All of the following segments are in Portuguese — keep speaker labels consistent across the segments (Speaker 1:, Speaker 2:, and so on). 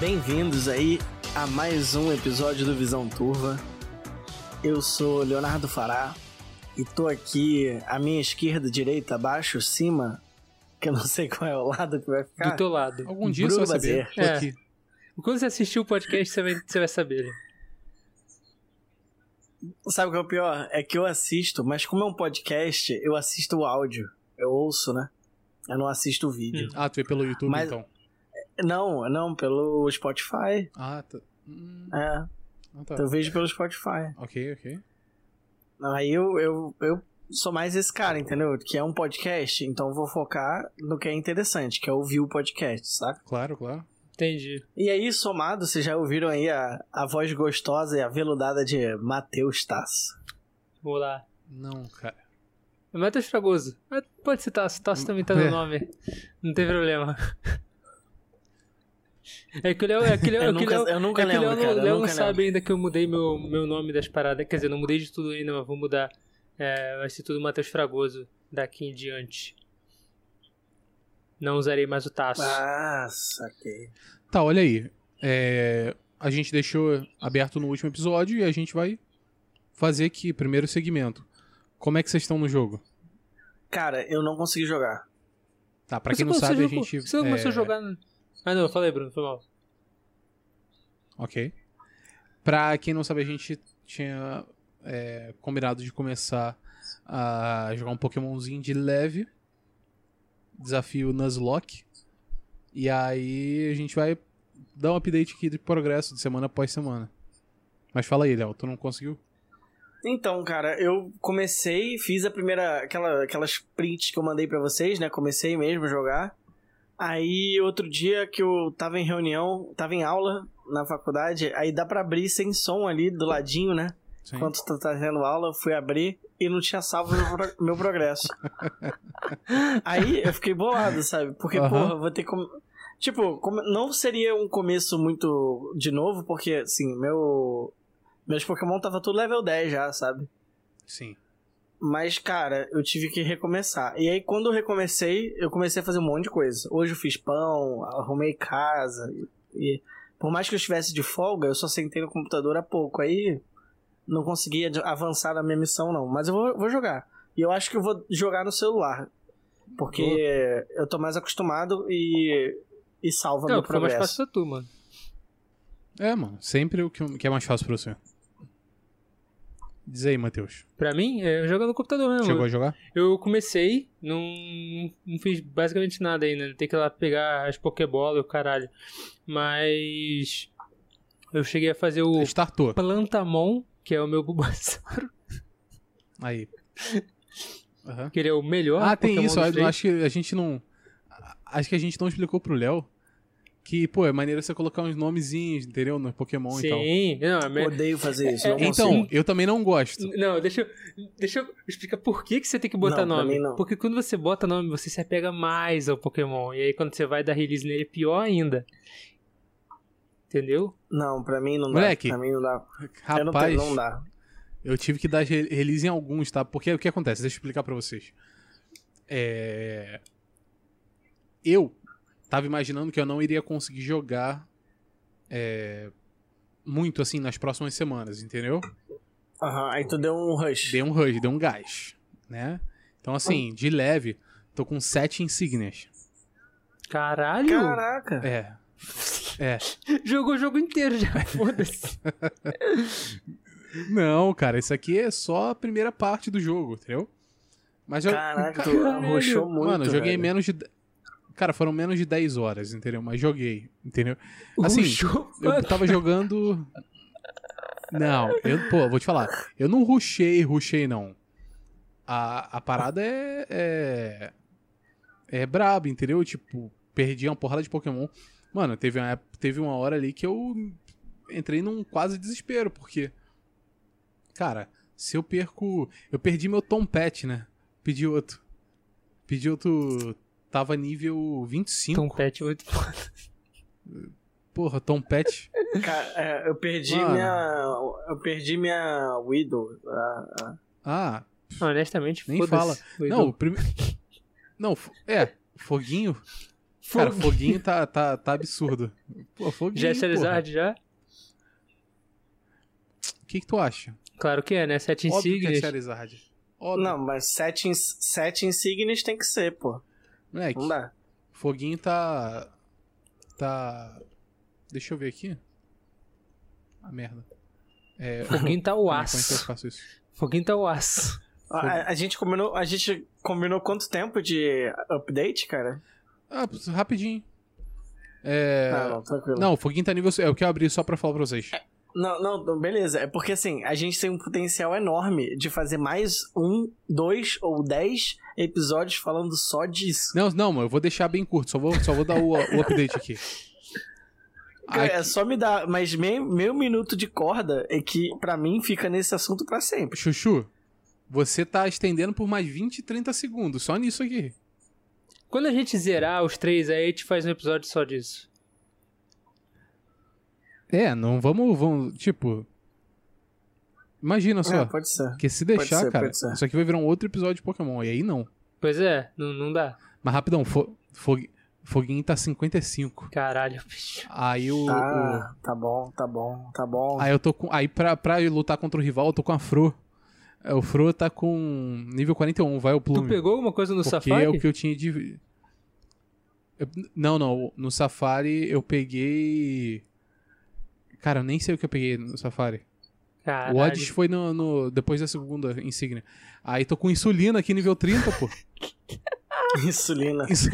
Speaker 1: Bem-vindos aí a mais um episódio do Visão Turva. Eu sou Leonardo Fará e tô aqui à minha esquerda, direita, abaixo, cima, que eu não sei qual é o lado que vai ficar.
Speaker 2: Do teu lado.
Speaker 3: Algum dia
Speaker 1: Bruno
Speaker 3: você vai saber.
Speaker 1: Bazer.
Speaker 3: Tô
Speaker 2: É.
Speaker 3: aqui.
Speaker 2: Quando você assistir o podcast, você vai, você vai saber. né?
Speaker 1: Sabe o que é o pior? É que eu assisto, mas como é um podcast, eu assisto o áudio. Eu ouço, né? Eu não assisto o vídeo.
Speaker 3: Ah, tu vê pelo YouTube
Speaker 1: Mas-
Speaker 3: então.
Speaker 1: Não, não, pelo Spotify.
Speaker 3: Ah, tá. Hum,
Speaker 1: É,
Speaker 3: ah, tá.
Speaker 1: eu vejo pelo Spotify.
Speaker 3: Ok, ok.
Speaker 1: Aí eu, eu, eu sou mais esse cara, entendeu? Que é um podcast, então eu vou focar no que é interessante, que é ouvir o podcast, saca?
Speaker 3: Claro, claro.
Speaker 2: Entendi.
Speaker 1: E aí, somado, vocês já ouviram aí a, a voz gostosa e aveludada de Matheus Tasso.
Speaker 2: Vou lá.
Speaker 3: Não, cara.
Speaker 2: É Matheus Fragoso. Mas Pode ser Tasso. Tasso também tá no
Speaker 3: É.
Speaker 2: nome. Não tem problema. É que o Léo. É que o
Speaker 1: Eu
Speaker 2: Léo, é que o
Speaker 1: nunca-
Speaker 2: Léo-
Speaker 1: eu nunca
Speaker 2: é que o
Speaker 1: lembro,
Speaker 2: Léo não-
Speaker 1: cara, eu
Speaker 2: Léo não
Speaker 1: nunca
Speaker 2: sabe ainda que eu mudei meu, meu nome das paradas. Quer dizer, não mudei de tudo ainda, mas vou mudar. É, vai ser tudo Matheus Fragoso daqui em diante. Não usarei mais o Tasso.
Speaker 1: Ah, saquei.
Speaker 3: Tá, olha aí. É, a gente deixou aberto no último episódio e a gente vai fazer aqui, primeiro segmento. Como é que vocês estão no jogo?
Speaker 1: Cara, eu não consegui jogar.
Speaker 3: Tá, pra
Speaker 2: Você
Speaker 3: quem não
Speaker 2: começou
Speaker 3: sabe, a
Speaker 2: jogou-
Speaker 3: gente.
Speaker 2: Você
Speaker 3: é,
Speaker 2: começou a jogar. no- Ah, não, eu falei, Bruno, foi mal.
Speaker 3: Ok. Pra quem não sabe, a gente tinha é, combinado de começar a jogar um Pokémonzinho de leve. Desafio Nuzlocke. E aí a gente vai dar um update aqui de progresso de semana após semana. Mas fala aí, Léo, tu não conseguiu?
Speaker 1: Então, cara, eu comecei, fiz a primeira. Aquela, aquelas prints que eu mandei pra vocês, né? Comecei mesmo a jogar. Aí, outro dia que eu tava em reunião, tava em aula na faculdade, aí dá pra abrir sem som ali do ladinho, né?
Speaker 3: Sim.
Speaker 1: Enquanto tá fazendo aula, eu fui abrir e não tinha salvo meu, pro- meu progresso. Aí eu fiquei bolado, sabe? Porque,
Speaker 3: Aham.
Speaker 1: porra, eu vou ter como. Tipo, como- não seria um começo muito de novo, porque, assim, meu. Meus Pokémon tava tudo level 10 já, sabe?
Speaker 3: Sim.
Speaker 1: Mas, cara, eu tive que recomeçar. E aí, quando eu recomecei, eu comecei a fazer um monte de coisa. Hoje eu fiz pão, arrumei casa. E, e por mais que eu estivesse de folga, eu só sentei no computador há pouco. Aí não consegui ad- avançar na minha missão, não. Mas eu vou, vou jogar. E eu acho que eu vou jogar no celular. Porque eu tô mais acostumado e, e salva
Speaker 2: Não,
Speaker 1: meu
Speaker 2: ficou mais
Speaker 1: progresso.
Speaker 2: fácil pra tu, mano.
Speaker 3: É, mano, sempre o que o que é mais fácil pra você. Diz aí, Matheus.
Speaker 2: Pra mim, é jogar no computador mesmo.
Speaker 3: Chegou a jogar?
Speaker 2: Eu comecei, não, não fiz basicamente nada ainda. Tem que ir lá pegar as Pokébola e o caralho. Mas. Eu cheguei a fazer o
Speaker 3: Startou.
Speaker 2: Plantamon, que é o meu Bulbasauro,
Speaker 3: Aí. Aham.
Speaker 2: que ele é o melhor.
Speaker 3: Ah, tem
Speaker 2: Pokémon
Speaker 3: isso.
Speaker 2: dos
Speaker 3: Eu
Speaker 2: três.
Speaker 3: acho que a gente não. a- Acho que a gente não explicou pro Léo que, pô, é maneiro você colocar uns nomezinhos, entendeu? No Pokémon e
Speaker 1: então.
Speaker 3: tal.
Speaker 2: Sim, não, é me-
Speaker 1: Odeio fazer isso. não
Speaker 3: Então,
Speaker 1: consigo.
Speaker 3: eu também não gosto.
Speaker 2: Não, deixa eu, deixa eu explicar por que, que você tem que botar
Speaker 1: Não, pra
Speaker 2: nome.
Speaker 1: mim não.
Speaker 2: Porque quando você bota nome, você se apega mais ao Pokémon. E aí quando você vai dar release nele, é pior ainda. Entendeu?
Speaker 1: Não, pra mim não dá.
Speaker 3: Moleque,
Speaker 1: pra mim não dá. eu não,
Speaker 3: Rapaz,
Speaker 1: tenho-
Speaker 3: eu,
Speaker 1: não dá.
Speaker 3: tive que dar re- release em alguns, tá? Porque o que acontece? Deixa eu explicar pra vocês. É. Eu tava imaginando que eu não iria conseguir jogar. é, Muito assim nas próximas semanas, entendeu?
Speaker 1: Aham, aí tu deu um rush.
Speaker 3: Dei um rush, dei um gás, né? Então, assim, de leve, tô com sete insígnias.
Speaker 2: Caralho!
Speaker 1: Caraca!
Speaker 3: É. É.
Speaker 2: Jogou o jogo inteiro já, foda-se.
Speaker 3: Não, cara, isso aqui é só a primeira parte do jogo, entendeu? Mas eu.
Speaker 1: Caraca, tu
Speaker 2: Caralho.
Speaker 1: arrochou muito.
Speaker 3: mano, eu joguei
Speaker 1: velho.
Speaker 3: menos de. Cara, foram menos de 10 horas, entendeu? Mas joguei, entendeu? Assim,
Speaker 2: O jogo-
Speaker 3: Eu tava jogando. Não, eu, pô, vou te falar. Eu não rushei, rushei, não. A, a parada é, é. É braba, entendeu? Tipo, perdi uma porrada de Pokémon. Mano, teve uma, ép- teve uma hora ali que eu entrei num quase desespero, porque. Cara, se eu perco. Eu perdi meu Tom Pet, né? Pedi outro. Pedi outro. Tava nível 25.
Speaker 2: Tom Pet muito
Speaker 3: Porra, Tom Pet.
Speaker 1: Cara, é, eu perdi
Speaker 3: Mano.
Speaker 1: minha. Eu perdi minha Widow. a- a-
Speaker 3: Ah,
Speaker 2: Não, Honestamente,
Speaker 3: Nem
Speaker 2: foda-se.
Speaker 3: fala.
Speaker 2: O
Speaker 3: Não,
Speaker 2: Edu-
Speaker 3: o prime... Não, fo- é, foguinho. Cara, foguinho tá, tá, tá absurdo. Pô, foguinho.
Speaker 2: Já é
Speaker 3: porra.
Speaker 2: Charizard, já?
Speaker 3: O que, que tu acha?
Speaker 2: Claro que é, né? Sete
Speaker 3: Óbvio que é
Speaker 2: insígnias.
Speaker 3: Charizard. Óbvio.
Speaker 1: Não, mas sete, ins- sete insígnias tem que ser, pô.
Speaker 3: Moleque,
Speaker 1: Não dá.
Speaker 3: foguinho tá. Tá. Deixa eu ver aqui. Ah, merda. É.
Speaker 2: Foguinho tá o
Speaker 3: como é que eu
Speaker 2: aço.
Speaker 3: faço isso?
Speaker 2: Foguinho tá o aço.
Speaker 1: A, a- a gente combinou, a gente combinou quanto tempo de update, cara?
Speaker 3: Ah, rapidinho. É.
Speaker 1: Tá, não, tranquilo.
Speaker 3: Não, o foguinho tá nível. É o que eu abri só pra falar pra vocês.
Speaker 1: Não, não, não, beleza. É porque assim, a gente tem um potencial enorme de fazer mais um, dois ou dez episódios falando só disso.
Speaker 3: Não, não, mas eu vou deixar bem curto, só vou, só vou dar o, o update aqui.
Speaker 1: Cara,
Speaker 3: Aqui-
Speaker 1: É só me dar mais meio, meio minuto de corda é que pra mim fica nesse assunto pra sempre.
Speaker 3: Chuchu, você tá estendendo por mais 20, 30 segundos, só nisso aqui.
Speaker 2: Quando a gente zerar os três aí, a gente faz um episódio só disso.
Speaker 3: É, não vamos, vamos tipo... Imagina só,
Speaker 1: É, pode ser.
Speaker 3: porque se
Speaker 1: pode
Speaker 3: deixar,
Speaker 1: ser,
Speaker 3: cara,
Speaker 1: pode ser.
Speaker 3: isso aqui vai virar um outro episódio de Pokémon, e aí não.
Speaker 2: Pois é, não, não dá.
Speaker 3: Mas rapidão, fo, Fog- Foguinho tá 55.
Speaker 2: Caralho, bicho.
Speaker 3: Aí o...
Speaker 1: Tá, tá bom, tá bom, tá bom.
Speaker 3: o- aí eu tô com... Aí pra, pra lutar contra o rival, eu tô com a Fro. É, O Fro tá com nível 41, vai o
Speaker 2: Tu
Speaker 3: Plume.
Speaker 2: pegou alguma coisa no
Speaker 3: Porque
Speaker 2: Safari?
Speaker 3: é o que eu tinha de. Eu- Não, não. No Safari eu peguei. Cara, eu nem sei o que eu peguei no Safari.
Speaker 2: Caralho.
Speaker 3: O Odds foi no, no- depois da segunda insígnia. Aí tô com insulina aqui nível 30, pô.
Speaker 1: Insulina.
Speaker 3: Insu-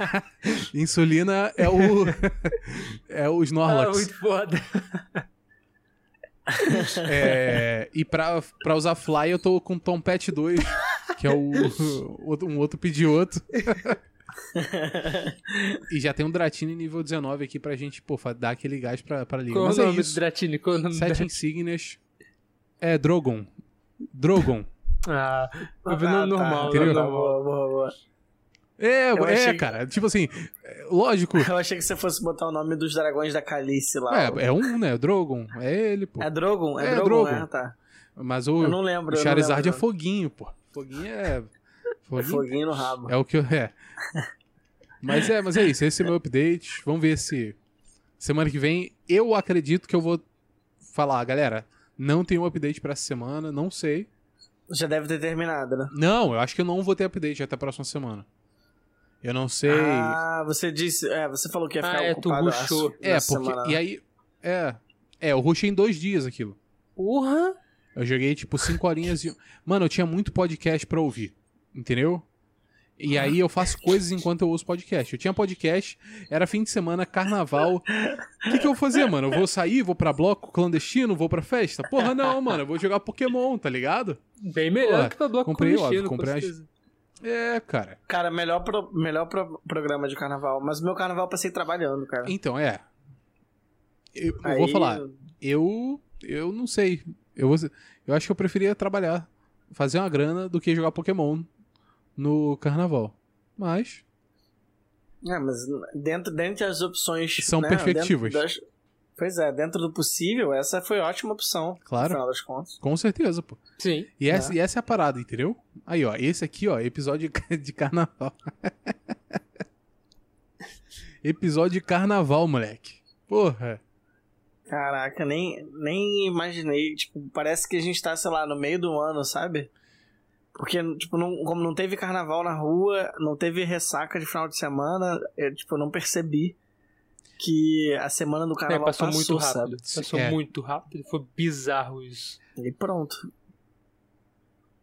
Speaker 3: insulina é o. é o
Speaker 2: Ah,
Speaker 3: Snorlax.
Speaker 2: muito foda.
Speaker 3: É, e pra, pra usar Fly eu tô com Tom Pet 2, que é o, outro- um outro pedioto. e já tem um Dratini nível 19 aqui pra gente, pô, fa- dar aquele gás pra, pra liga.
Speaker 2: Qual
Speaker 3: Mas
Speaker 2: o
Speaker 3: é
Speaker 2: nome do
Speaker 3: isso.
Speaker 2: Dratini? Qual o nome do
Speaker 3: Sete insígnias. É, Drogon. Drogon.
Speaker 2: Ah, eu vi o nome
Speaker 1: Ah, tá,
Speaker 2: normal,
Speaker 1: tá,
Speaker 3: entendeu?
Speaker 1: tá, boa, boa, boa.
Speaker 3: É,
Speaker 1: Eu
Speaker 3: é
Speaker 1: achei-
Speaker 3: cara, tipo assim, é, lógico.
Speaker 1: Eu achei que você fosse botar o nome dos dragões da Calice lá.
Speaker 3: É, é um, né? Drogon. É ele, pô.
Speaker 1: É Drogon? É,
Speaker 3: É,
Speaker 1: Drogon,
Speaker 3: Drogon.
Speaker 1: né? Tá.
Speaker 3: Mas
Speaker 1: Eu
Speaker 3: o,
Speaker 1: não lembro. eu
Speaker 3: o
Speaker 1: não
Speaker 3: Charizard é
Speaker 1: lembro.
Speaker 3: foguinho, pô. Foguinho é.
Speaker 1: É
Speaker 3: Foguinho
Speaker 1: foguinho no rabo.
Speaker 3: É o que eu. É. Mas é, mas é isso. Esse é meu update. Vamos ver se. Semana que vem, eu acredito que eu vou falar, galera. Não tem um update pra essa semana, não sei.
Speaker 1: Já deve ter terminado, né?
Speaker 3: Não, eu acho que eu não vou ter update até a próxima semana. Eu não sei.
Speaker 1: Ah, você disse. É, você falou que ia ficar
Speaker 2: Ah, é, tu
Speaker 1: ocupado. a-
Speaker 2: rushou.
Speaker 3: é,
Speaker 1: nessa
Speaker 3: porque.
Speaker 1: semana, né?
Speaker 3: E aí. É. É, eu rushei em dois dias aquilo.
Speaker 2: Porra!
Speaker 3: Eu joguei, tipo, cinco horinhas e. Mano, eu tinha muito podcast pra ouvir. Entendeu? E aí eu faço coisas enquanto eu ouço podcast. Eu tinha podcast, era fim de semana, carnaval. O que, que eu vou fazer, mano? Eu vou sair, vou pra bloco clandestino, vou pra festa? Porra, não, mano. Eu vou jogar Pokémon, tá ligado?
Speaker 2: Bem melhor
Speaker 3: Porra,
Speaker 2: que pra bloco
Speaker 3: comprei,
Speaker 2: com
Speaker 3: óbvio,
Speaker 2: com
Speaker 3: comprei as-
Speaker 2: certeza.
Speaker 3: É, cara.
Speaker 1: Cara, melhor, pro- melhor pro- programa de carnaval. Mas o meu carnaval eu passei trabalhando, cara.
Speaker 3: Então, é. Eu, eu
Speaker 1: Aí-
Speaker 3: vou falar. Eu. Eu não sei. Eu, vou- eu acho que eu preferia trabalhar, fazer uma grana, do que jogar Pokémon no carnaval. Mas.
Speaker 1: É, mas dentro, dentro das opções.
Speaker 3: São
Speaker 1: né,
Speaker 3: perspectivas.
Speaker 1: dentro das- Pois é, dentro do possível, essa foi ótima opção. No
Speaker 3: Claro.
Speaker 1: final das contas.
Speaker 3: Com certeza, pô.
Speaker 2: Sim.
Speaker 3: E essa, e essa é a parada, entendeu? Aí, ó, esse aqui, ó, episódio de ca- de carnaval. episódio de carnaval, moleque. Porra.
Speaker 1: Caraca, nem, nem imaginei. Tipo, parece que a gente tá, sei lá, no meio do ano, sabe? Porque, tipo, não, como não teve carnaval na rua, não teve ressaca de final de semana, eu, tipo, não percebi que a semana do
Speaker 2: É,
Speaker 1: carnaval
Speaker 2: passou, muito rápido.
Speaker 1: sabe?
Speaker 2: Passou
Speaker 3: É.
Speaker 2: muito rápido. Foi bizarro isso.
Speaker 1: E pronto.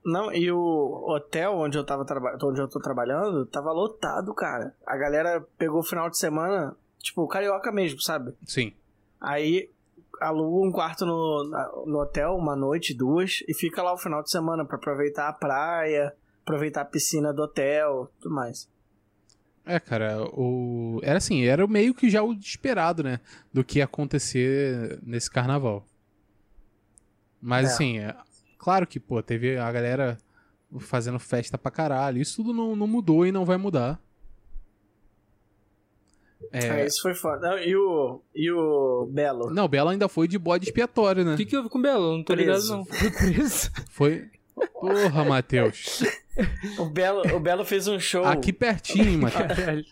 Speaker 1: Não, e o hotel onde eu tava traba- onde eu tô trabalhando, tava lotado, cara. A galera pegou o final de semana, tipo, carioca mesmo, sabe?
Speaker 3: Sim.
Speaker 1: Aí aluga um quarto no, na- no hotel, uma noite, duas, e fica lá o final de semana pra aproveitar a praia, aproveitar a piscina do hotel, tudo mais.
Speaker 3: É, cara, o. Era assim, era meio que já o esperado, né? Do que ia acontecer nesse carnaval. Mas
Speaker 1: É.
Speaker 3: assim, é- claro que, pô, teve a galera fazendo festa pra caralho. Isso tudo não, não mudou e não vai mudar.
Speaker 1: É, isso foi foda. Não, E o, e o Belo?
Speaker 3: Não, Bela ainela ainda foi de bode expiatório, né?
Speaker 2: O que, que houve com o Belo? Não tô
Speaker 1: Preso.
Speaker 2: ligado, não. Foi preso.
Speaker 3: Foi. Porra, Matheus.
Speaker 1: O Belo, o Belo fez um show.
Speaker 3: Aqui pertinho, Matheus.
Speaker 2: Caralho.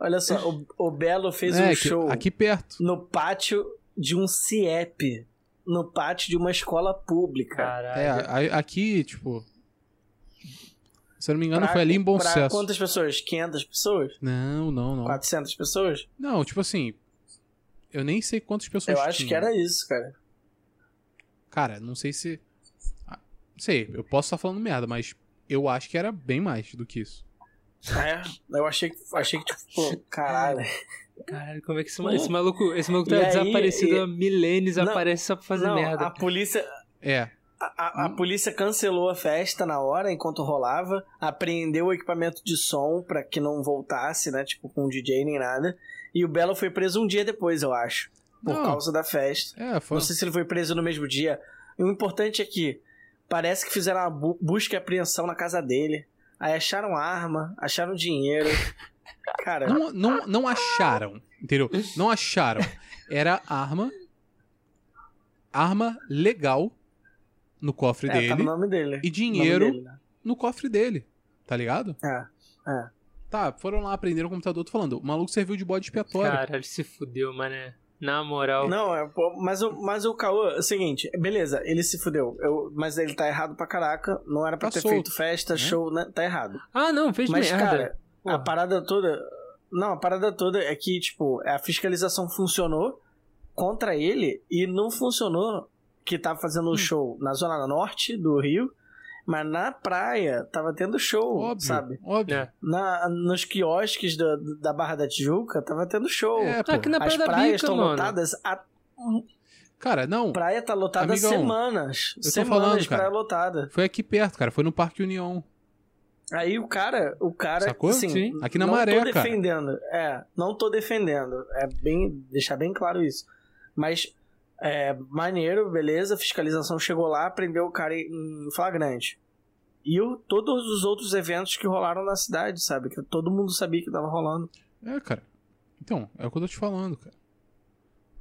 Speaker 1: Olha só, o, o Belo fez
Speaker 3: É,
Speaker 1: um
Speaker 3: aqui-
Speaker 1: show
Speaker 3: aqui perto.
Speaker 1: no pátio de um CIEP. No pátio de uma escola pública.
Speaker 2: Caralho.
Speaker 3: É, a- aqui, tipo. Se eu não me engano,
Speaker 1: Pra-
Speaker 3: foi ali em Bom
Speaker 1: pra
Speaker 3: Sucesso.
Speaker 1: quantas pessoas? 500 pessoas?
Speaker 3: Não, não, não.
Speaker 1: 400 pessoas?
Speaker 3: Não, tipo assim. Eu nem sei quantas pessoas
Speaker 1: Eu acho
Speaker 3: tinha.
Speaker 1: que era isso, cara.
Speaker 3: Cara, não sei se. Ah, Não sei, eu posso estar falando merda, mas eu acho que era bem mais do que isso.
Speaker 1: É, eu achei que, achei que tipo, pô, caralho.
Speaker 2: Caralho, como é que esse, ma- esse maluco. Esse maluco tá
Speaker 1: E aí,
Speaker 2: desaparecido
Speaker 1: e-
Speaker 2: há milênios,
Speaker 1: Não,
Speaker 2: aparece só pra fazer
Speaker 1: Não,
Speaker 2: merda.
Speaker 1: a polícia,
Speaker 3: É,
Speaker 1: A, a- a polícia cancelou a festa na hora, enquanto rolava, apreendeu o equipamento de som pra que não voltasse, né? Tipo, com DJ nem nada. E o Belo foi preso um dia depois, eu acho. Por
Speaker 3: Não.
Speaker 1: causa da festa.
Speaker 3: é, foi.
Speaker 1: Não sei se ele foi preso no mesmo dia. E o importante é que parece que fizeram uma bu- busca e apreensão na casa dele. Aí acharam arma, acharam dinheiro. Cara,
Speaker 3: Não, não, não acharam, entendeu? Não acharam. Era arma. Arma legal no cofre
Speaker 1: é, tá
Speaker 3: dele
Speaker 1: no nome dele.
Speaker 3: e
Speaker 1: Nome
Speaker 3: dinheiro
Speaker 1: dele, né?
Speaker 3: no cofre dele, tá ligado?
Speaker 1: É.
Speaker 3: Tá, foram lá, prenderam o computador, tô falando, o maluco serviu de bode expiatório.
Speaker 2: Caralho, se fudeu, mané. Na moral.
Speaker 1: Não, é, pô, mas, o, mas o Caô, é o seguinte, beleza, ele se fudeu, eu- mas ele tá errado pra caraca, não era pra ter
Speaker 3: Tá solto,
Speaker 1: feito festa,
Speaker 3: né?
Speaker 1: show, né? tá errado.
Speaker 2: Ah, não, fez
Speaker 1: mas,
Speaker 2: merda.
Speaker 1: cara,
Speaker 2: Porra.
Speaker 1: a parada toda. Não, a parada toda é que, tipo, a fiscalização funcionou contra ele e não funcionou que tava fazendo
Speaker 2: Hum.
Speaker 1: o show na Zona Norte do Rio, mas na praia tava tendo show,
Speaker 3: óbvio,
Speaker 1: sabe?
Speaker 3: óbvio.
Speaker 2: É.
Speaker 1: Na, nos quiosques da- da Barra da Tijuca tava tendo show.
Speaker 3: É, pô.
Speaker 2: Tá aqui na
Speaker 1: As
Speaker 2: Praia da
Speaker 1: praias
Speaker 2: Bica,
Speaker 1: estão
Speaker 2: mano.
Speaker 1: lotadas há
Speaker 3: Cara, não,
Speaker 1: Praia tá lotada há
Speaker 3: Amigão,
Speaker 1: semanas.
Speaker 3: tô
Speaker 1: semanas
Speaker 3: falando, cara.
Speaker 1: praia lotada.
Speaker 3: foi aqui perto, cara, foi no Parque União.
Speaker 1: Aí o cara, o cara,
Speaker 3: Sacou?
Speaker 1: assim,
Speaker 2: Sim.
Speaker 3: Aqui na
Speaker 1: não
Speaker 3: Maré,
Speaker 1: tô
Speaker 3: cara.
Speaker 1: defendendo. É, não tô defendendo. É bem, deixar bem claro isso. Mas é maneiro, beleza, fiscalização chegou lá, prendeu o cara em flagrante. E o, todos os outros eventos que rolaram na cidade, sabe? Que todo mundo sabia que tava rolando.
Speaker 3: É, cara. Então, é o que eu tô te falando, cara.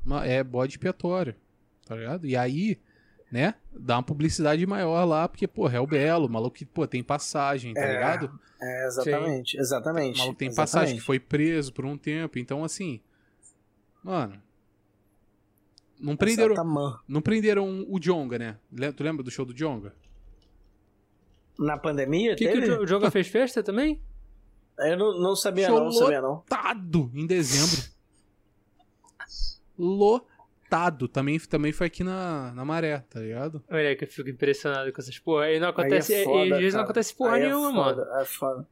Speaker 3: Ma- É bode expiatório, tá ligado? E aí, né, dá uma publicidade maior lá, porque, porra, é o Belo, o maluco que, pô, tem passagem, tá
Speaker 1: É,
Speaker 3: ligado?
Speaker 1: É, exatamente,
Speaker 3: O
Speaker 1: exatamente.
Speaker 3: maluco tem
Speaker 1: exatamente.
Speaker 3: passagem, que foi preso por um tempo, então, assim, mano... Não prenderam,
Speaker 1: Exatamente.
Speaker 3: não prenderam o Jonga, né? Le- Tu lembra do show do Jonga?
Speaker 1: Na pandemia,
Speaker 2: O que, que
Speaker 1: teve?
Speaker 2: o Jo- o Joga fez festa também?
Speaker 1: Eu não, não sabia,
Speaker 3: Show
Speaker 1: não, não sabia, não.
Speaker 3: lotado em dezembro. lotado. Também, também foi aqui na, na maré, tá ligado?
Speaker 2: Olha aí que eu fico impressionado com essas porra. E não
Speaker 1: Aí é
Speaker 2: acontece. e-
Speaker 1: foda,
Speaker 2: e às vezes não
Speaker 1: cara.
Speaker 2: acontece porra
Speaker 1: Aí é
Speaker 2: nenhuma,
Speaker 1: foda,
Speaker 2: mano.
Speaker 1: É foda.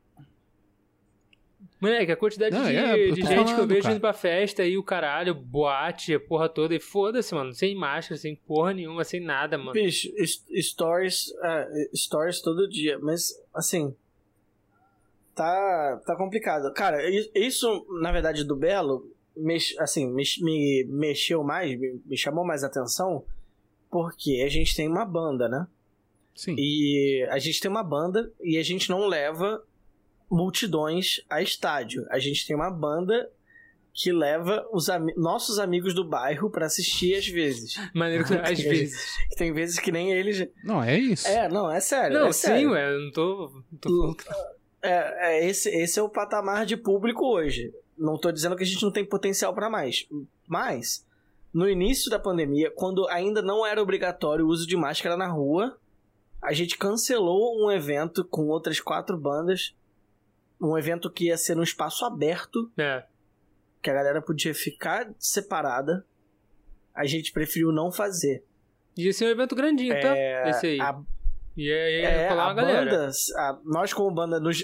Speaker 2: Moleque, a quantidade
Speaker 3: Não,
Speaker 2: de,
Speaker 3: é, eu
Speaker 2: de
Speaker 3: tô
Speaker 2: gente que eu
Speaker 3: falando,
Speaker 2: vejo
Speaker 3: cara.
Speaker 2: indo pra festa e o caralho, boate, a porra toda, e foda-se, mano. Sem máscara, sem porra nenhuma, sem nada, mano.
Speaker 1: Bicho, es- stories, é, stories todo dia, mas assim. Tá, tá complicado. Cara, i- isso, na verdade, do Belo, mex, assim, mex- me mexeu mais, me, me chamou mais atenção, porque a gente tem uma banda, né?
Speaker 3: Sim.
Speaker 1: E a gente tem uma banda e a gente não leva multidões a estádio. A gente tem uma banda que leva os ami- nossos amigos do bairro pra assistir às vezes.
Speaker 2: Maneiro que às
Speaker 1: Ok.
Speaker 2: vezes.
Speaker 1: Tem vezes que nem eles.
Speaker 3: Não, é isso.
Speaker 1: É, não, é sério.
Speaker 2: Não,
Speaker 1: é
Speaker 2: sim,
Speaker 1: sério.
Speaker 2: ué. Eu não tô. não tô falando que
Speaker 1: É, é, esse, esse é o patamar de público hoje. Não tô dizendo que a gente não tem potencial pra mais. Mas, no início da pandemia, quando ainda não era obrigatório o uso de máscara na rua, a gente cancelou um evento com outras quatro bandas. Um evento que ia ser num espaço aberto,
Speaker 2: É.
Speaker 1: que a galera podia ficar separada. A gente preferiu não fazer.
Speaker 2: E esse é um evento grandinho, tá? Esse aí.
Speaker 1: É, A
Speaker 2: E aí
Speaker 1: É,
Speaker 2: é, colar a,
Speaker 1: a
Speaker 2: galera.
Speaker 1: banda, a- nós como banda, nos,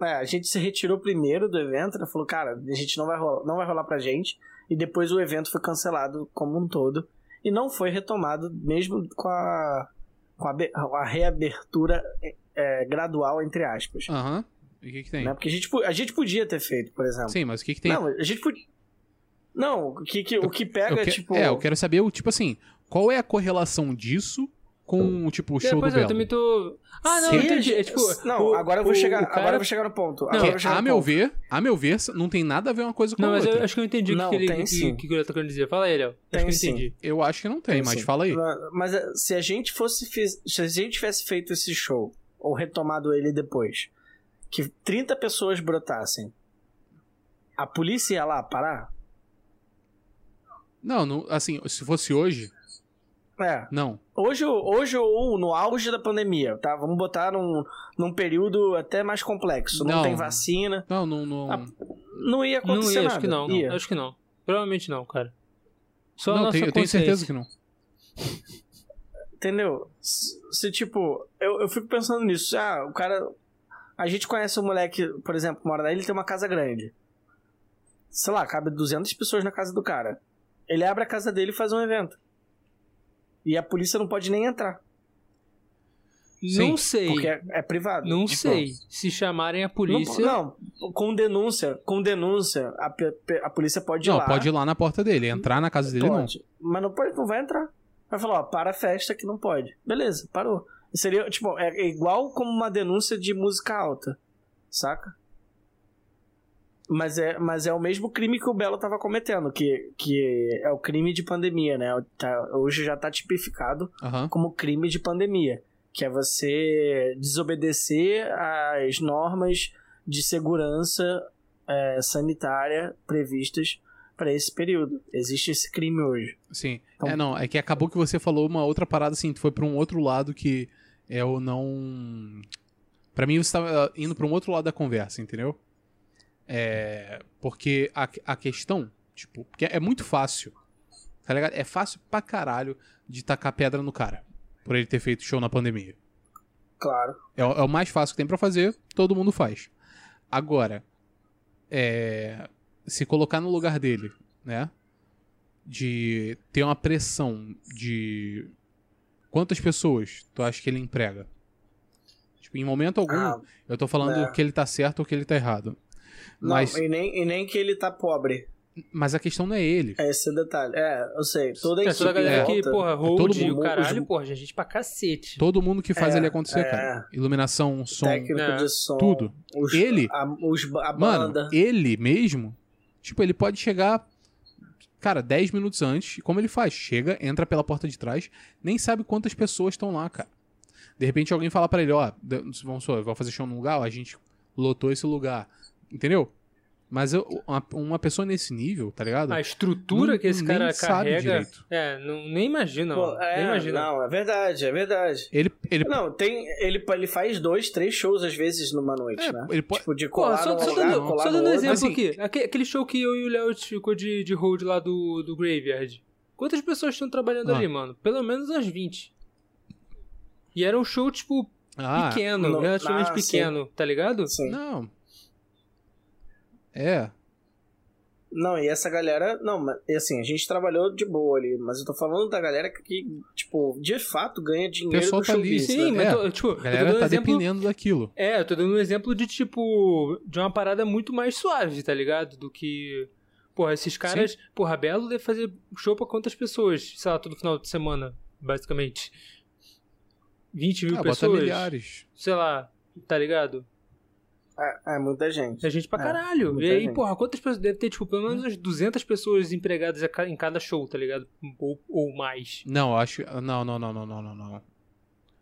Speaker 1: é, a gente se retirou primeiro do evento, né? falou, cara, a gente não vai rolar, não vai rolar pra gente, e depois o evento foi cancelado como um todo, e não foi retomado mesmo com a, com a, be- a reabertura é, gradual, entre aspas.
Speaker 3: Aham. E o que, que tem?
Speaker 1: né? Porque a gente, po- a gente podia ter feito, por exemplo.
Speaker 3: Sim, mas o que, que tem?
Speaker 1: Não, a gente podia... Não, o que, que- o que
Speaker 3: eu
Speaker 1: pega,
Speaker 3: que-
Speaker 1: tipo...
Speaker 3: É, eu quero saber, o tipo assim, qual é a correlação disso com, tipo, o
Speaker 2: É,
Speaker 3: show
Speaker 2: pois
Speaker 3: do
Speaker 2: é,
Speaker 3: Belo?
Speaker 2: eu também tô. Ah, não,
Speaker 1: se
Speaker 2: eu
Speaker 1: a
Speaker 2: entendi.
Speaker 1: gente-
Speaker 2: É, tipo,
Speaker 1: não,
Speaker 2: o-
Speaker 1: agora eu vou
Speaker 2: o-
Speaker 1: chegar,
Speaker 2: o cara-
Speaker 1: agora eu vou chegar no ponto. Agora
Speaker 3: Que,
Speaker 1: eu vou chegar
Speaker 3: a
Speaker 1: no
Speaker 3: ah, meu
Speaker 1: ponto.
Speaker 3: ver, a meu ver, não tem nada a ver uma coisa com
Speaker 2: Não,
Speaker 3: a
Speaker 2: mas
Speaker 3: outra.
Speaker 2: eu acho que eu entendi o
Speaker 1: Não,
Speaker 2: que, ele,
Speaker 1: tem
Speaker 2: que-
Speaker 1: sim.
Speaker 2: que, que eu tô querendo dizer. Fala aí, Léo. Acho
Speaker 1: Tem
Speaker 2: que eu
Speaker 1: sim.
Speaker 2: entendi.
Speaker 3: Eu acho que não tem,
Speaker 1: Tem
Speaker 3: mas
Speaker 1: sim.
Speaker 3: fala aí.
Speaker 1: Ma- Mas eh, se a gente fosse fiz- se a gente tivesse feito esse show ou retomado ele depois, que 30 pessoas brotassem A polícia ia lá parar?
Speaker 3: Não, não, assim, se fosse hoje,
Speaker 1: É.
Speaker 3: não.
Speaker 1: Hoje, hoje ou no auge da pandemia, tá? Vamos botar num, num período até mais complexo. Não,
Speaker 3: Não.
Speaker 1: tem vacina.
Speaker 3: Não, não, não.
Speaker 1: Ah, Não ia
Speaker 2: Não
Speaker 1: acontecer
Speaker 2: ia,
Speaker 1: nada.
Speaker 2: acho que não.
Speaker 1: Ia.
Speaker 2: Acho que não. Provavelmente não, cara. Só então a
Speaker 3: não,
Speaker 2: nossa
Speaker 3: tenho- eu tenho certeza que não.
Speaker 1: Entendeu? Se, se, tipo, eu, eu fico pensando nisso. Ah, o cara. A gente conhece um moleque, por exemplo, que mora na ilha, ele tem uma casa grande. Sei lá, cabe 200 pessoas na casa do cara. Ele abre a casa dele e faz um evento. E a polícia não pode nem entrar,
Speaker 2: Não
Speaker 3: Sim,
Speaker 2: sei.
Speaker 1: porque é, é privado.
Speaker 2: Não sei. Se chamarem a polícia.
Speaker 1: Não, não, com denúncia, com denúncia, a, pe- pe- a polícia pode ir
Speaker 3: não,
Speaker 1: lá. É
Speaker 3: pode ir lá na porta dele. Entrar na casa dele, não.
Speaker 1: Pode. Mas não pode, não vai entrar. Vai falar, ó, para a festa que não pode. Beleza, parou. Seria, tipo, é é igual como uma denúncia de música alta, saca? Mas é, mas é o mesmo crime que o Belo tava cometendo, que, que é o crime de pandemia, né? Tá- hoje já tá tipificado
Speaker 3: Aham.
Speaker 1: como crime de pandemia, que é você desobedecer às normas de segurança eh, sanitária previstas para esse período. Existe esse crime hoje.
Speaker 3: Sim.
Speaker 1: Então-
Speaker 3: É, não, é que acabou que você falou uma outra parada assim, tu foi pra um outro lado que eu não. Pra mim, você tava ah, indo pra um outro lado da conversa, entendeu? É. Porque a, a questão, tipo, porque é muito fácil, tá ligado? É fácil pra caralho de tacar pedra no cara por ele ter feito show na pandemia.
Speaker 1: Claro.
Speaker 3: É, o- é o mais fácil que tem pra fazer, todo mundo faz. Agora, é, se colocar no lugar dele, né? De ter uma pressão de quantas pessoas tu acha que ele emprega? Tipo, em momento algum,
Speaker 1: Ah,
Speaker 3: eu tô falando
Speaker 1: é.
Speaker 3: que ele tá certo ou que ele tá errado.
Speaker 1: não,
Speaker 3: Mas,
Speaker 1: e, nem, e nem que ele tá pobre.
Speaker 3: mas a questão não é ele.
Speaker 1: É esse o detalhe. É, eu sei. Toda a
Speaker 2: É
Speaker 1: equipe
Speaker 2: toda a galera
Speaker 1: em
Speaker 2: que,
Speaker 1: volta-
Speaker 2: porra,
Speaker 3: todo
Speaker 2: hold e o
Speaker 1: mundo-
Speaker 2: caralho, porra, gente pra cacete.
Speaker 3: Todo mundo que faz
Speaker 1: É,
Speaker 3: ele acontecer,
Speaker 1: é.
Speaker 3: cara. Iluminação, som,
Speaker 1: técnico
Speaker 2: É.
Speaker 1: de som.
Speaker 3: tudo.
Speaker 1: Os,
Speaker 3: Ele-
Speaker 1: A, os, a
Speaker 3: Mano,
Speaker 1: banda.
Speaker 3: ele mesmo, tipo, ele pode chegar, cara, 10 minutos antes, e como ele faz? Chega, entra pela porta de trás, nem sabe quantas pessoas estão lá, cara. De repente alguém fala pra ele, ó, d- vamos supor, vai fazer show num lugar, ó, a gente lotou esse lugar, entendeu? Mas eu- uma, uma pessoa nesse nível, tá ligado?
Speaker 2: A estrutura
Speaker 3: Não-
Speaker 2: que esse
Speaker 3: nem
Speaker 2: cara
Speaker 3: sabe
Speaker 2: carrega.
Speaker 3: direito.
Speaker 2: É, não, nem imagina,
Speaker 1: Pô,
Speaker 2: mano.
Speaker 1: é,
Speaker 2: nem imagina.
Speaker 1: não, é verdade, é verdade.
Speaker 3: Ele, ele,
Speaker 1: Não, tem. Ele, ele faz dois, três shows às vezes numa noite,
Speaker 3: é,
Speaker 1: né?
Speaker 3: ele pode,
Speaker 1: Tipo, de
Speaker 2: Porra,
Speaker 1: colar
Speaker 2: só,
Speaker 1: num
Speaker 2: só
Speaker 1: lugar,
Speaker 2: dando,
Speaker 1: colar
Speaker 2: só
Speaker 1: no
Speaker 2: dando
Speaker 1: outro.
Speaker 2: exemplo
Speaker 3: Assim,
Speaker 2: aqui. Aque- Aquele show que eu e o Léo ficou de, de hold lá do, do Graveyard. Quantas pessoas estão trabalhando
Speaker 3: Ah.
Speaker 2: ali, mano? Pelo menos umas 20. E era um show, tipo,
Speaker 3: ah,
Speaker 2: pequeno,
Speaker 1: no-
Speaker 2: relativamente
Speaker 1: ah, sim.
Speaker 2: pequeno, tá ligado?
Speaker 1: Sim.
Speaker 3: não. É,
Speaker 1: Não, e essa galera. Não, mas e assim, a gente trabalhou de boa ali, mas eu tô falando da galera que, tipo, de fato ganha dinheiro.
Speaker 3: pessoal
Speaker 1: do
Speaker 3: tá ali,
Speaker 1: showbiz,
Speaker 2: Sim,
Speaker 1: né?
Speaker 2: mas
Speaker 3: É,
Speaker 2: tô- tipo,
Speaker 3: a
Speaker 2: eu tô
Speaker 3: galera
Speaker 2: dando
Speaker 3: tá
Speaker 2: exemplo,
Speaker 3: dependendo daquilo.
Speaker 2: É, eu tô dando um exemplo de tipo. De uma parada muito mais suave, tá ligado? Do que. Porra, esses caras. Porra, Belo deve fazer show pra quantas pessoas? Sei lá, todo final de semana, basicamente. 20 mil
Speaker 3: Ah, bota
Speaker 2: pessoas?
Speaker 3: milhares.
Speaker 2: Sei lá, tá ligado?
Speaker 1: É, é muita gente.
Speaker 2: É gente pra
Speaker 1: É,
Speaker 2: caralho.
Speaker 1: muita
Speaker 2: E aí,
Speaker 1: gente.
Speaker 2: porra, quantas pessoas. Deve ter, tipo, pelo menos umas 200 pessoas empregadas a ca- em cada show, tá ligado? Ou, ou mais.
Speaker 3: Não, eu acho. ah, Não, não, não, não, não, não, não.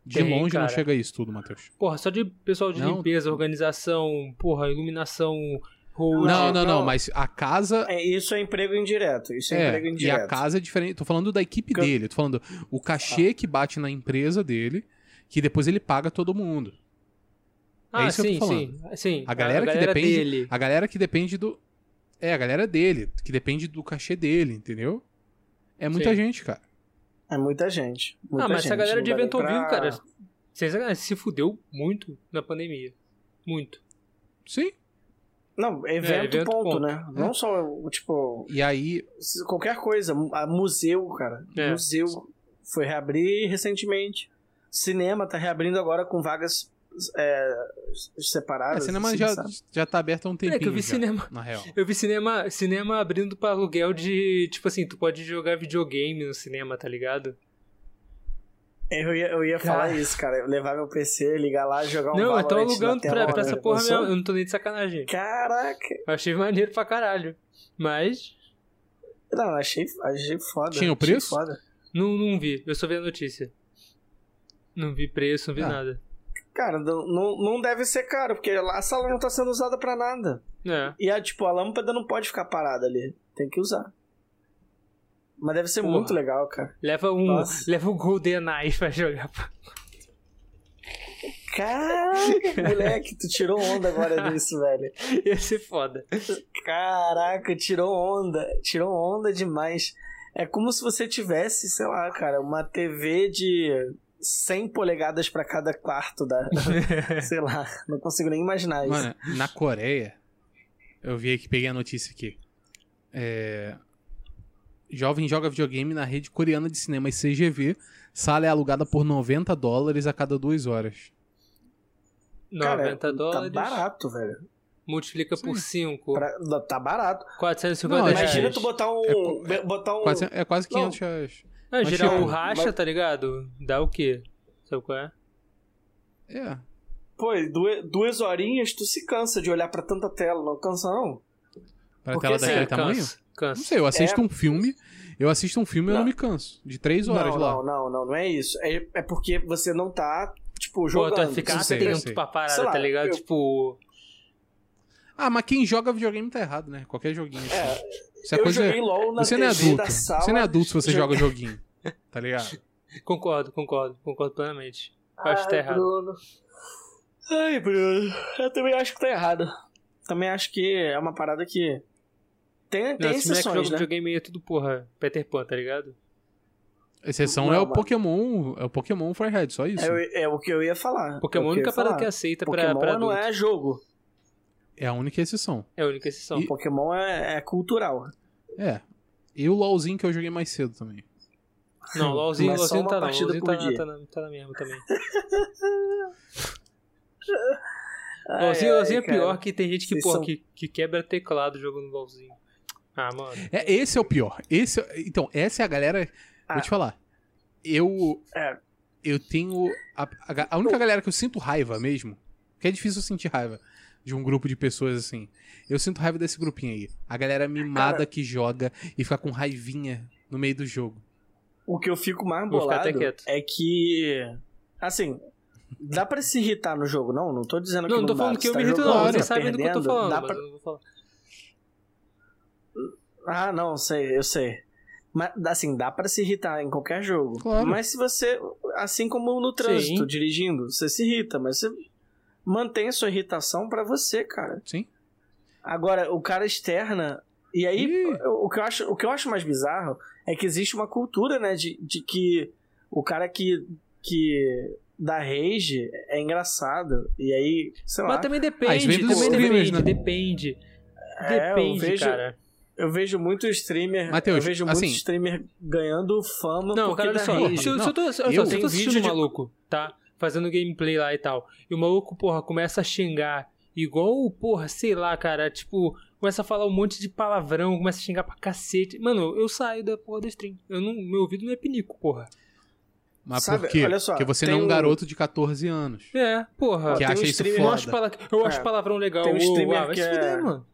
Speaker 3: De
Speaker 2: Tem,
Speaker 3: longe
Speaker 2: cara.
Speaker 3: não chega a isso tudo, Matheus.
Speaker 2: Porra, só de pessoal de
Speaker 3: Não.
Speaker 2: limpeza, organização, porra, iluminação, hold.
Speaker 3: Não, não, não,
Speaker 1: não.
Speaker 3: mas a casa.
Speaker 1: É, isso é emprego indireto. Isso é,
Speaker 3: É,
Speaker 1: emprego
Speaker 3: e
Speaker 1: indireto.
Speaker 3: a casa é diferente. Tô falando da equipe
Speaker 1: Que-
Speaker 3: dele. Tô falando o cachê que bate na empresa dele, que depois ele paga todo mundo.
Speaker 2: Ah,
Speaker 3: É isso que eu
Speaker 2: sim,
Speaker 3: tô
Speaker 2: sim, sim.
Speaker 3: A galera, que depende.
Speaker 2: dele.
Speaker 3: A galera que depende do. É, a galera dele, que depende do cachê dele, entendeu? É muita
Speaker 2: Sim.
Speaker 3: gente, cara.
Speaker 1: É muita gente. Muita
Speaker 2: ah, mas
Speaker 1: gente,
Speaker 2: essa galera
Speaker 1: não
Speaker 2: de
Speaker 1: dá nem
Speaker 2: evento ao
Speaker 1: pra-
Speaker 2: vivo, cara, sem sacanagem, se fudeu muito na pandemia. Muito.
Speaker 3: Sim.
Speaker 1: Não, evento,
Speaker 2: É, evento,
Speaker 1: ponto,
Speaker 2: ponto.
Speaker 1: né?
Speaker 3: É.
Speaker 1: Não só, tipo,
Speaker 3: E aí.
Speaker 1: se- qualquer coisa. mu- a Museu, cara.
Speaker 2: É.
Speaker 1: Museu foi reabrir recentemente. Cinema tá reabrindo agora com vagas é,
Speaker 3: A
Speaker 2: É,
Speaker 1: separadas.
Speaker 3: cinema
Speaker 1: assim,
Speaker 3: já,
Speaker 1: sabe?
Speaker 3: já tá aberta há um tempinho.
Speaker 2: Peraí, que eu vi
Speaker 3: já,
Speaker 2: cinema.
Speaker 3: Na real.
Speaker 2: Eu vi cinema, cinema abrindo pra aluguel de. Tipo assim, tu pode jogar videogame no cinema, tá ligado?
Speaker 1: É, Eu ia, eu ia
Speaker 2: Cara.
Speaker 1: falar isso, cara. Eu levar meu PC, ligar lá, jogar um
Speaker 2: não, eu tô
Speaker 1: Valorant na
Speaker 2: alugando pra,
Speaker 1: tela,
Speaker 2: pra essa
Speaker 1: né?
Speaker 2: porra
Speaker 1: Pensou?
Speaker 2: mesmo. Eu não tô nem de sacanagem.
Speaker 1: Caraca!
Speaker 2: Eu achei maneiro pra caralho. Mas.
Speaker 1: Não, achei, achei foda.
Speaker 3: Tinha o
Speaker 1: achei
Speaker 3: preço?
Speaker 1: foda.
Speaker 2: Não, não vi. Eu só vi a notícia. Não vi preço, não vi
Speaker 3: Ah.
Speaker 2: nada.
Speaker 1: Cara, não, não não deve ser caro, porque a sala não tá sendo usada pra nada.
Speaker 2: É.
Speaker 1: E a, tipo, a lâmpada não pode ficar parada ali. Tem que usar. Mas deve ser
Speaker 2: Porra.
Speaker 1: muito legal, cara.
Speaker 2: Leva um,
Speaker 1: Nossa.
Speaker 2: leva um Golden Knife pra jogar.
Speaker 1: Caraca, moleque, tu tirou onda agora nisso, velho.
Speaker 2: Ia ser foda.
Speaker 1: Caraca, tirou onda. Tirou onda demais. É como se você tivesse, sei lá, cara, uma TV de 100 polegadas pra cada quarto da. sei lá, não consigo nem imaginar isso.
Speaker 3: Mano, na Coreia, eu vi aqui, peguei a notícia aqui. É, Jovem joga videogame na rede coreana de cinemas CGV. Sala é alugada por 90 dólares a cada duas horas.
Speaker 1: Cara,
Speaker 2: 90 dólares.
Speaker 1: Tá barato, velho.
Speaker 2: Multiplica por 5.
Speaker 1: Pra- Tá barato.
Speaker 2: 450
Speaker 3: Não,
Speaker 2: reais.
Speaker 1: Imagina tu botar um.
Speaker 3: É co- é
Speaker 1: botar um.
Speaker 3: Quase- é quase
Speaker 1: Não.
Speaker 3: 500 reais.
Speaker 2: Ah,
Speaker 3: Mas,
Speaker 2: geral
Speaker 3: tipo,
Speaker 2: o racha,
Speaker 1: mas-
Speaker 2: tá ligado? Dá o quê? Sabe qual
Speaker 3: Tá
Speaker 2: é?
Speaker 3: É.
Speaker 1: Pô, e duas, duas horinhas tu se cansa de olhar pra tanta tela, não cansa não?
Speaker 3: Pra
Speaker 1: Porque,
Speaker 3: tela
Speaker 1: assim,
Speaker 3: daquele
Speaker 2: É,
Speaker 3: tamanho?
Speaker 2: Cansa.
Speaker 3: Não
Speaker 2: cansa.
Speaker 3: sei, eu assisto um filme, eu assisto um filme e eu não
Speaker 1: É. Não.
Speaker 3: me canso. De três horas
Speaker 1: não,
Speaker 3: lá.
Speaker 1: não, não, não, não é isso. É, é porque você não tá, tipo,
Speaker 2: Pô,
Speaker 1: jogando.
Speaker 2: tu vai ficar
Speaker 3: eu sei, eu
Speaker 2: atento
Speaker 3: sei.
Speaker 2: pra parada,
Speaker 1: Sei lá,
Speaker 2: tá ligado?
Speaker 1: eu-
Speaker 2: Tipo,
Speaker 3: Ah, mas quem joga videogame tá errado, né? Qualquer joguinho. assim. Isso é
Speaker 1: eu
Speaker 3: coisa.
Speaker 1: joguei LOL na
Speaker 3: Você
Speaker 1: TV
Speaker 3: não é adulto.
Speaker 1: da sala.
Speaker 3: Você não é adulto se você
Speaker 1: joga-
Speaker 3: joga joguinho. Tá ligado?
Speaker 2: concordo, concordo, concordo plenamente. Eu acho que tá
Speaker 1: Ai,
Speaker 2: errado.
Speaker 1: Bruno. Ai, Bruno. Eu também acho que tá errado. Também acho que é uma parada que... Tem, tem
Speaker 2: Não, é esse moleque joga
Speaker 1: exceções, né?
Speaker 2: videogame é tudo, porra, Peter Pan, tá ligado?
Speaker 3: Exceção
Speaker 1: Não,
Speaker 3: é o
Speaker 1: mano.
Speaker 3: Pokémon. É o Pokémon Firehead, só isso.
Speaker 1: É, o- é o que eu ia falar.
Speaker 2: Pokémon é
Speaker 1: é o que
Speaker 2: a
Speaker 1: eu
Speaker 2: única
Speaker 1: ia
Speaker 2: parada
Speaker 1: falar.
Speaker 2: que aceita pra,
Speaker 1: Pokémon
Speaker 2: pra
Speaker 1: não
Speaker 2: adulto.
Speaker 1: é jogo.
Speaker 3: É a única exceção.
Speaker 2: É a única exceção.
Speaker 3: E-
Speaker 1: Pokémon é, é cultural.
Speaker 3: É. E o LOLzinho que eu joguei mais cedo também.
Speaker 2: Não, LOLzinho,
Speaker 1: Mas é só
Speaker 2: LOLzinho
Speaker 1: uma
Speaker 2: tá não.
Speaker 1: partida
Speaker 2: LOLzinho
Speaker 1: por
Speaker 2: tá,
Speaker 1: dia.
Speaker 2: tá, na, tá na mesma também.
Speaker 1: Ai,
Speaker 2: LOLzinho,
Speaker 1: ai,
Speaker 2: LOLzinho é
Speaker 1: cara.
Speaker 2: pior que tem gente que,
Speaker 1: Vocês
Speaker 2: porra,
Speaker 1: são-
Speaker 2: que, que quebra teclado jogando LOLzinho. Ah, mano.
Speaker 3: É, esse é o pior. Esse, é- então, essa é a galera.
Speaker 1: Ah.
Speaker 3: Vou te falar. Eu.
Speaker 1: É.
Speaker 3: Eu tenho. A, a ga- a única galera que eu sinto raiva mesmo. Que é difícil eu sentir raiva de um grupo de pessoas assim. Eu sinto raiva desse grupinho aí. A galera mimada
Speaker 1: Cara.
Speaker 3: que joga e fica com raivinha no meio do jogo.
Speaker 1: O que eu fico mais
Speaker 2: Vou ficar
Speaker 1: bolado
Speaker 2: até quieto.
Speaker 1: é que. Assim. Dá pra se irritar no jogo, não? Não tô dizendo que
Speaker 2: Não,
Speaker 1: não
Speaker 2: não tô
Speaker 1: dá.
Speaker 2: falando
Speaker 1: Você
Speaker 2: que eu
Speaker 1: tá
Speaker 2: me irrito,
Speaker 1: jogando,
Speaker 2: não.
Speaker 1: você
Speaker 2: Vocês
Speaker 1: tá
Speaker 2: sabem do que eu tô
Speaker 1: perdendo,
Speaker 2: falando,
Speaker 1: dá
Speaker 2: mas
Speaker 1: pra-
Speaker 2: eu não vou falar.
Speaker 1: Ah, não, sei, eu sei. Mas, assim, dá pra se irritar em qualquer jogo.
Speaker 3: Claro.
Speaker 1: Mas se você, assim como no trânsito,
Speaker 2: Sim.
Speaker 1: dirigindo, você se irrita, mas você mantém a sua irritação pra você, cara.
Speaker 3: Sim.
Speaker 1: Agora, o cara externa. E aí,
Speaker 3: Ih.
Speaker 1: o que, eu acho, o que eu acho mais bizarro é que existe uma cultura, né, de, de que o cara que, que dá rage é engraçado. E aí, sei lá.
Speaker 2: Mas também
Speaker 3: Ah,
Speaker 2: depende,
Speaker 3: isso vem dos
Speaker 2: também
Speaker 3: streamers,
Speaker 2: depende,
Speaker 3: né?
Speaker 2: depende.
Speaker 1: É, eu
Speaker 2: Depende,
Speaker 1: vejo-
Speaker 2: cara.
Speaker 1: Eu vejo muito streamer.
Speaker 3: Mateus,
Speaker 1: eu vejo
Speaker 3: assim-
Speaker 1: muito streamer ganhando fama.
Speaker 2: Não,
Speaker 1: porque
Speaker 2: cara, olha
Speaker 1: dá
Speaker 2: só.
Speaker 1: rage.
Speaker 2: Se eu,
Speaker 3: Não,
Speaker 2: se eu tô, olha só,
Speaker 3: eu
Speaker 2: se eu
Speaker 1: tenho
Speaker 2: tô assistindo um
Speaker 1: vídeo de-
Speaker 2: maluco, tá? Fazendo gameplay lá e tal. E o maluco, porra, começa a xingar. Igual, porra, sei lá, cara. Tipo, começa a falar um monte de palavrão, começa a xingar pra cacete. Mano, eu saio da porra da stream. Eu não, meu ouvido não é pinico, porra.
Speaker 3: Mas
Speaker 1: Sabe,
Speaker 3: por quê?
Speaker 1: olha só,
Speaker 3: Porque você
Speaker 1: tem
Speaker 3: não é um
Speaker 1: um-
Speaker 3: garoto de 14 anos.
Speaker 2: É,
Speaker 1: Ó,
Speaker 2: porra.
Speaker 3: Que
Speaker 1: tem
Speaker 3: acha
Speaker 1: um
Speaker 3: isso
Speaker 1: streamer-
Speaker 2: Eu
Speaker 1: foda.
Speaker 2: acho, pala... eu acho
Speaker 1: É.
Speaker 2: palavrão legal.
Speaker 1: Tem um
Speaker 2: Ô,
Speaker 1: streamer
Speaker 2: ah, vai
Speaker 1: que
Speaker 2: se
Speaker 1: é-
Speaker 2: fuder, mano.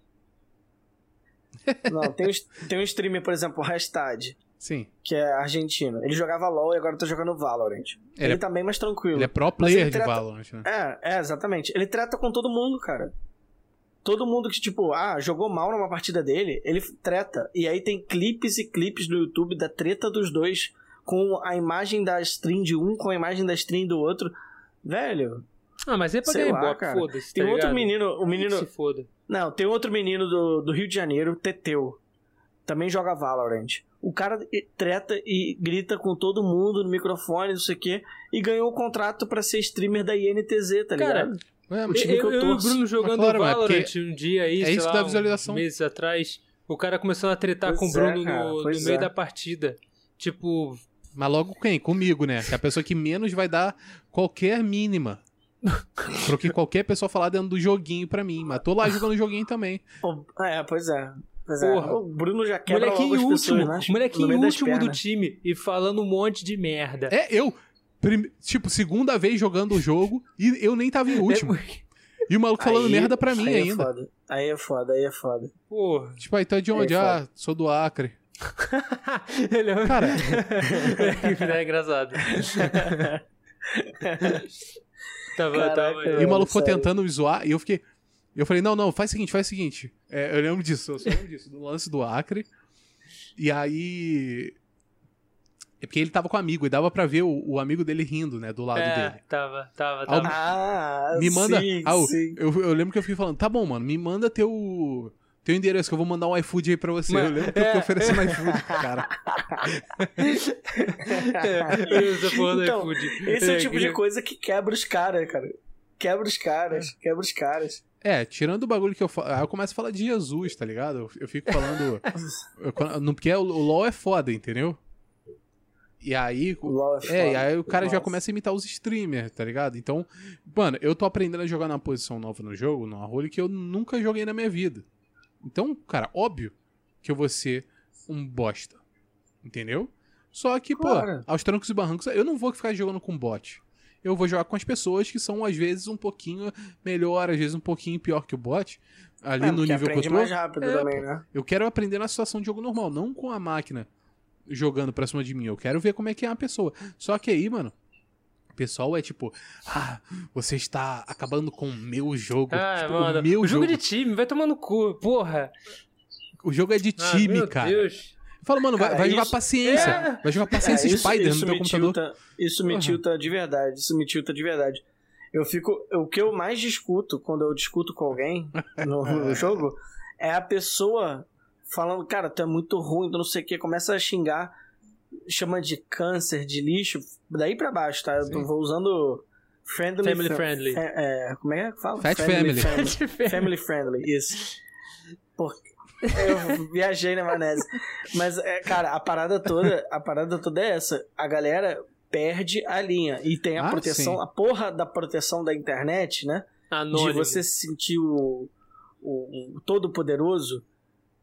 Speaker 1: Não, tem um, tem um streamer, por exemplo, o Rastad,
Speaker 3: Sim.
Speaker 1: que é argentino. Ele jogava LOL e agora tá jogando Valorant.
Speaker 3: Ele
Speaker 1: Ele,
Speaker 3: é-
Speaker 1: tá bem mais tranquilo.
Speaker 3: Ele é pro
Speaker 1: Mas ele
Speaker 3: player de
Speaker 1: trata-
Speaker 3: Valorant, né?
Speaker 1: É, é, exatamente. Ele treta com todo mundo, cara. Todo mundo que, tipo, ah, jogou mal numa partida dele, ele treta. E aí tem clipes e clipes no YouTube da treta dos dois, com a imagem da stream de um, com a imagem da stream do outro. Velho,
Speaker 2: Ah, mas é pra
Speaker 1: Sei
Speaker 2: ganhar
Speaker 1: lá,
Speaker 2: ibope,
Speaker 1: cara.
Speaker 2: foda-se.
Speaker 1: tem
Speaker 2: tá
Speaker 1: outro
Speaker 2: ligado?
Speaker 1: menino, o menino.
Speaker 2: Se foda.
Speaker 1: Não, tem outro menino do, do Rio de Janeiro, Teteu. Também joga Valorant. O cara e- treta e grita com todo mundo no microfone, não sei o quê, e ganhou o contrato pra ser streamer da INTZ, tá
Speaker 2: Cara,
Speaker 1: ligado?
Speaker 3: Ué,
Speaker 1: O
Speaker 3: É, mas- tipo,
Speaker 1: time que eu
Speaker 2: Eu, eu e o
Speaker 1: torço.
Speaker 2: Bruno jogando
Speaker 3: claro, mas é
Speaker 2: Valorant
Speaker 3: porque
Speaker 2: um dia aí,
Speaker 3: é
Speaker 2: sei
Speaker 3: isso
Speaker 2: lá,
Speaker 3: da
Speaker 2: uns
Speaker 3: visualização.
Speaker 2: meses atrás, o cara começando a tretar
Speaker 1: Pois
Speaker 2: com o Bruno
Speaker 1: é, cara,
Speaker 2: no, no
Speaker 1: pois
Speaker 2: meio
Speaker 1: é.
Speaker 2: da partida. Tipo,
Speaker 3: Mas logo quem? Comigo, né? Que é a pessoa que menos vai dar qualquer mínima. Pro que qualquer pessoa falar dentro do joguinho pra mim. Mas tô lá jogando joguinho também.
Speaker 1: O- É, pois é. Pois
Speaker 2: Porra.
Speaker 1: é. O Bruno já quebra logo as
Speaker 2: molequinho último,
Speaker 1: pessoas, né? No
Speaker 2: molequinho
Speaker 1: meio das
Speaker 2: último do
Speaker 1: pernas.
Speaker 2: time e falando um monte de merda.
Speaker 3: É, eu. prim- Tipo, segunda vez jogando o jogo e eu nem tava em
Speaker 2: É
Speaker 3: último. E o maluco falando
Speaker 1: É Aí-
Speaker 3: merda pra mim
Speaker 1: aí É
Speaker 3: ainda.
Speaker 1: foda. Aí é foda, aí é foda.
Speaker 2: Porra.
Speaker 3: tipo, aí tá de onde?
Speaker 1: É
Speaker 3: ah, sou do Acre.
Speaker 2: Ele é um...
Speaker 3: Cara.
Speaker 2: é engraçado. Tava,
Speaker 1: Caraca.
Speaker 2: tava.
Speaker 3: E o
Speaker 1: mano,
Speaker 3: maluco ficou
Speaker 1: sério.
Speaker 3: tentando me zoar e eu fiquei. Eu falei, não, não, faz o seguinte, faz o seguinte. É, eu lembro disso, eu só lembro disso, do lance do Acre. E aí. É porque ele tava com um amigo e dava pra ver o, o amigo dele rindo, né, do lado
Speaker 2: É,
Speaker 3: dele.
Speaker 2: tava, tava,
Speaker 3: Ao-
Speaker 2: tava.
Speaker 1: Ah,
Speaker 3: Tá Me manda.
Speaker 1: Sim,
Speaker 3: Ah, eu-
Speaker 1: sim.
Speaker 3: eu, eu lembro que eu fiquei falando, tá bom, mano, me manda teu. Teu endereço, que eu vou mandar um iFood aí pra você.
Speaker 2: Mano,
Speaker 3: eu lembro que eu
Speaker 2: é,
Speaker 3: fiquei oferecendo iFood, cara.
Speaker 2: Essa porra do
Speaker 1: Então,
Speaker 2: iFood.
Speaker 1: Esse é o tipo
Speaker 2: que-
Speaker 1: de coisa que quebra os caras, cara. Quebra os caras, quebra os caras.
Speaker 3: É, tirando o bagulho que eu falo. Aí eu começo a falar de Jesus, tá ligado? Eu, eu fico falando. eu- quando- no- porque o, o LOL é foda, entendeu? E aí.
Speaker 1: O LoL é foda.
Speaker 3: É, e aí o cara já
Speaker 1: Nossa.
Speaker 3: começa a imitar os streamers, tá ligado? Então, mano, eu tô aprendendo a jogar numa posição nova no jogo, numa role que eu nunca joguei na minha vida. Então, cara, óbvio que eu vou ser um bosta. Entendeu? Só que,
Speaker 1: Claro.
Speaker 3: pô, aos trancos e barrancos, eu não vou ficar jogando com bot. Eu vou jogar com as pessoas que são, às vezes, um pouquinho melhor, às vezes um pouquinho pior que o bot. Ali
Speaker 1: É,
Speaker 3: no
Speaker 1: porque
Speaker 3: nível que eu
Speaker 1: aprende
Speaker 3: tô.
Speaker 1: mais rápido
Speaker 3: É,
Speaker 1: também, né?
Speaker 3: Eu quero aprender na situação de jogo normal, não com a máquina jogando pra cima de mim. Eu quero ver como é que é uma pessoa. Só que aí, mano, o pessoal é tipo, ah, você está acabando com o meu jogo.
Speaker 2: Ah,
Speaker 3: Tipo,
Speaker 2: mano.
Speaker 3: o meu
Speaker 2: o jogo
Speaker 3: jogo.
Speaker 2: é de time, vai tomar no cu, porra.
Speaker 3: O jogo é de
Speaker 2: Ah,
Speaker 3: time,
Speaker 2: meu
Speaker 3: cara.
Speaker 2: Deus.
Speaker 3: Fala, mano, vai,
Speaker 1: Cara,
Speaker 3: vai jogar
Speaker 1: isso-
Speaker 3: paciência.
Speaker 2: É.
Speaker 3: Vai jogar
Speaker 1: É,
Speaker 3: paciência Spider no teu
Speaker 1: me
Speaker 3: computador.
Speaker 1: tilta- isso me
Speaker 3: Porra.
Speaker 1: tilta de verdade, isso me tilta de verdade. Eu fico, o que eu mais discuto quando eu discuto com alguém no, no jogo é a pessoa falando, cara, tu é muito ruim, tu não sei o que, começa a xingar, chama de câncer, de lixo, daí pra baixo, tá? Eu tô-
Speaker 3: Sim.
Speaker 1: vou usando friendly,
Speaker 2: Family
Speaker 1: fri-
Speaker 2: friendly.
Speaker 1: fe- é, como é que fala?
Speaker 3: Fat family.
Speaker 1: Family friendly, isso. Por- Eu viajei na maionese. Mas, é, cara, a parada toda, a parada toda é essa. A galera perde a linha. E tem a
Speaker 3: Ah,
Speaker 1: proteção,
Speaker 3: sim.
Speaker 1: a porra da proteção da internet, né?
Speaker 2: Anônimo.
Speaker 1: De você se sentir o, o, o todo poderoso,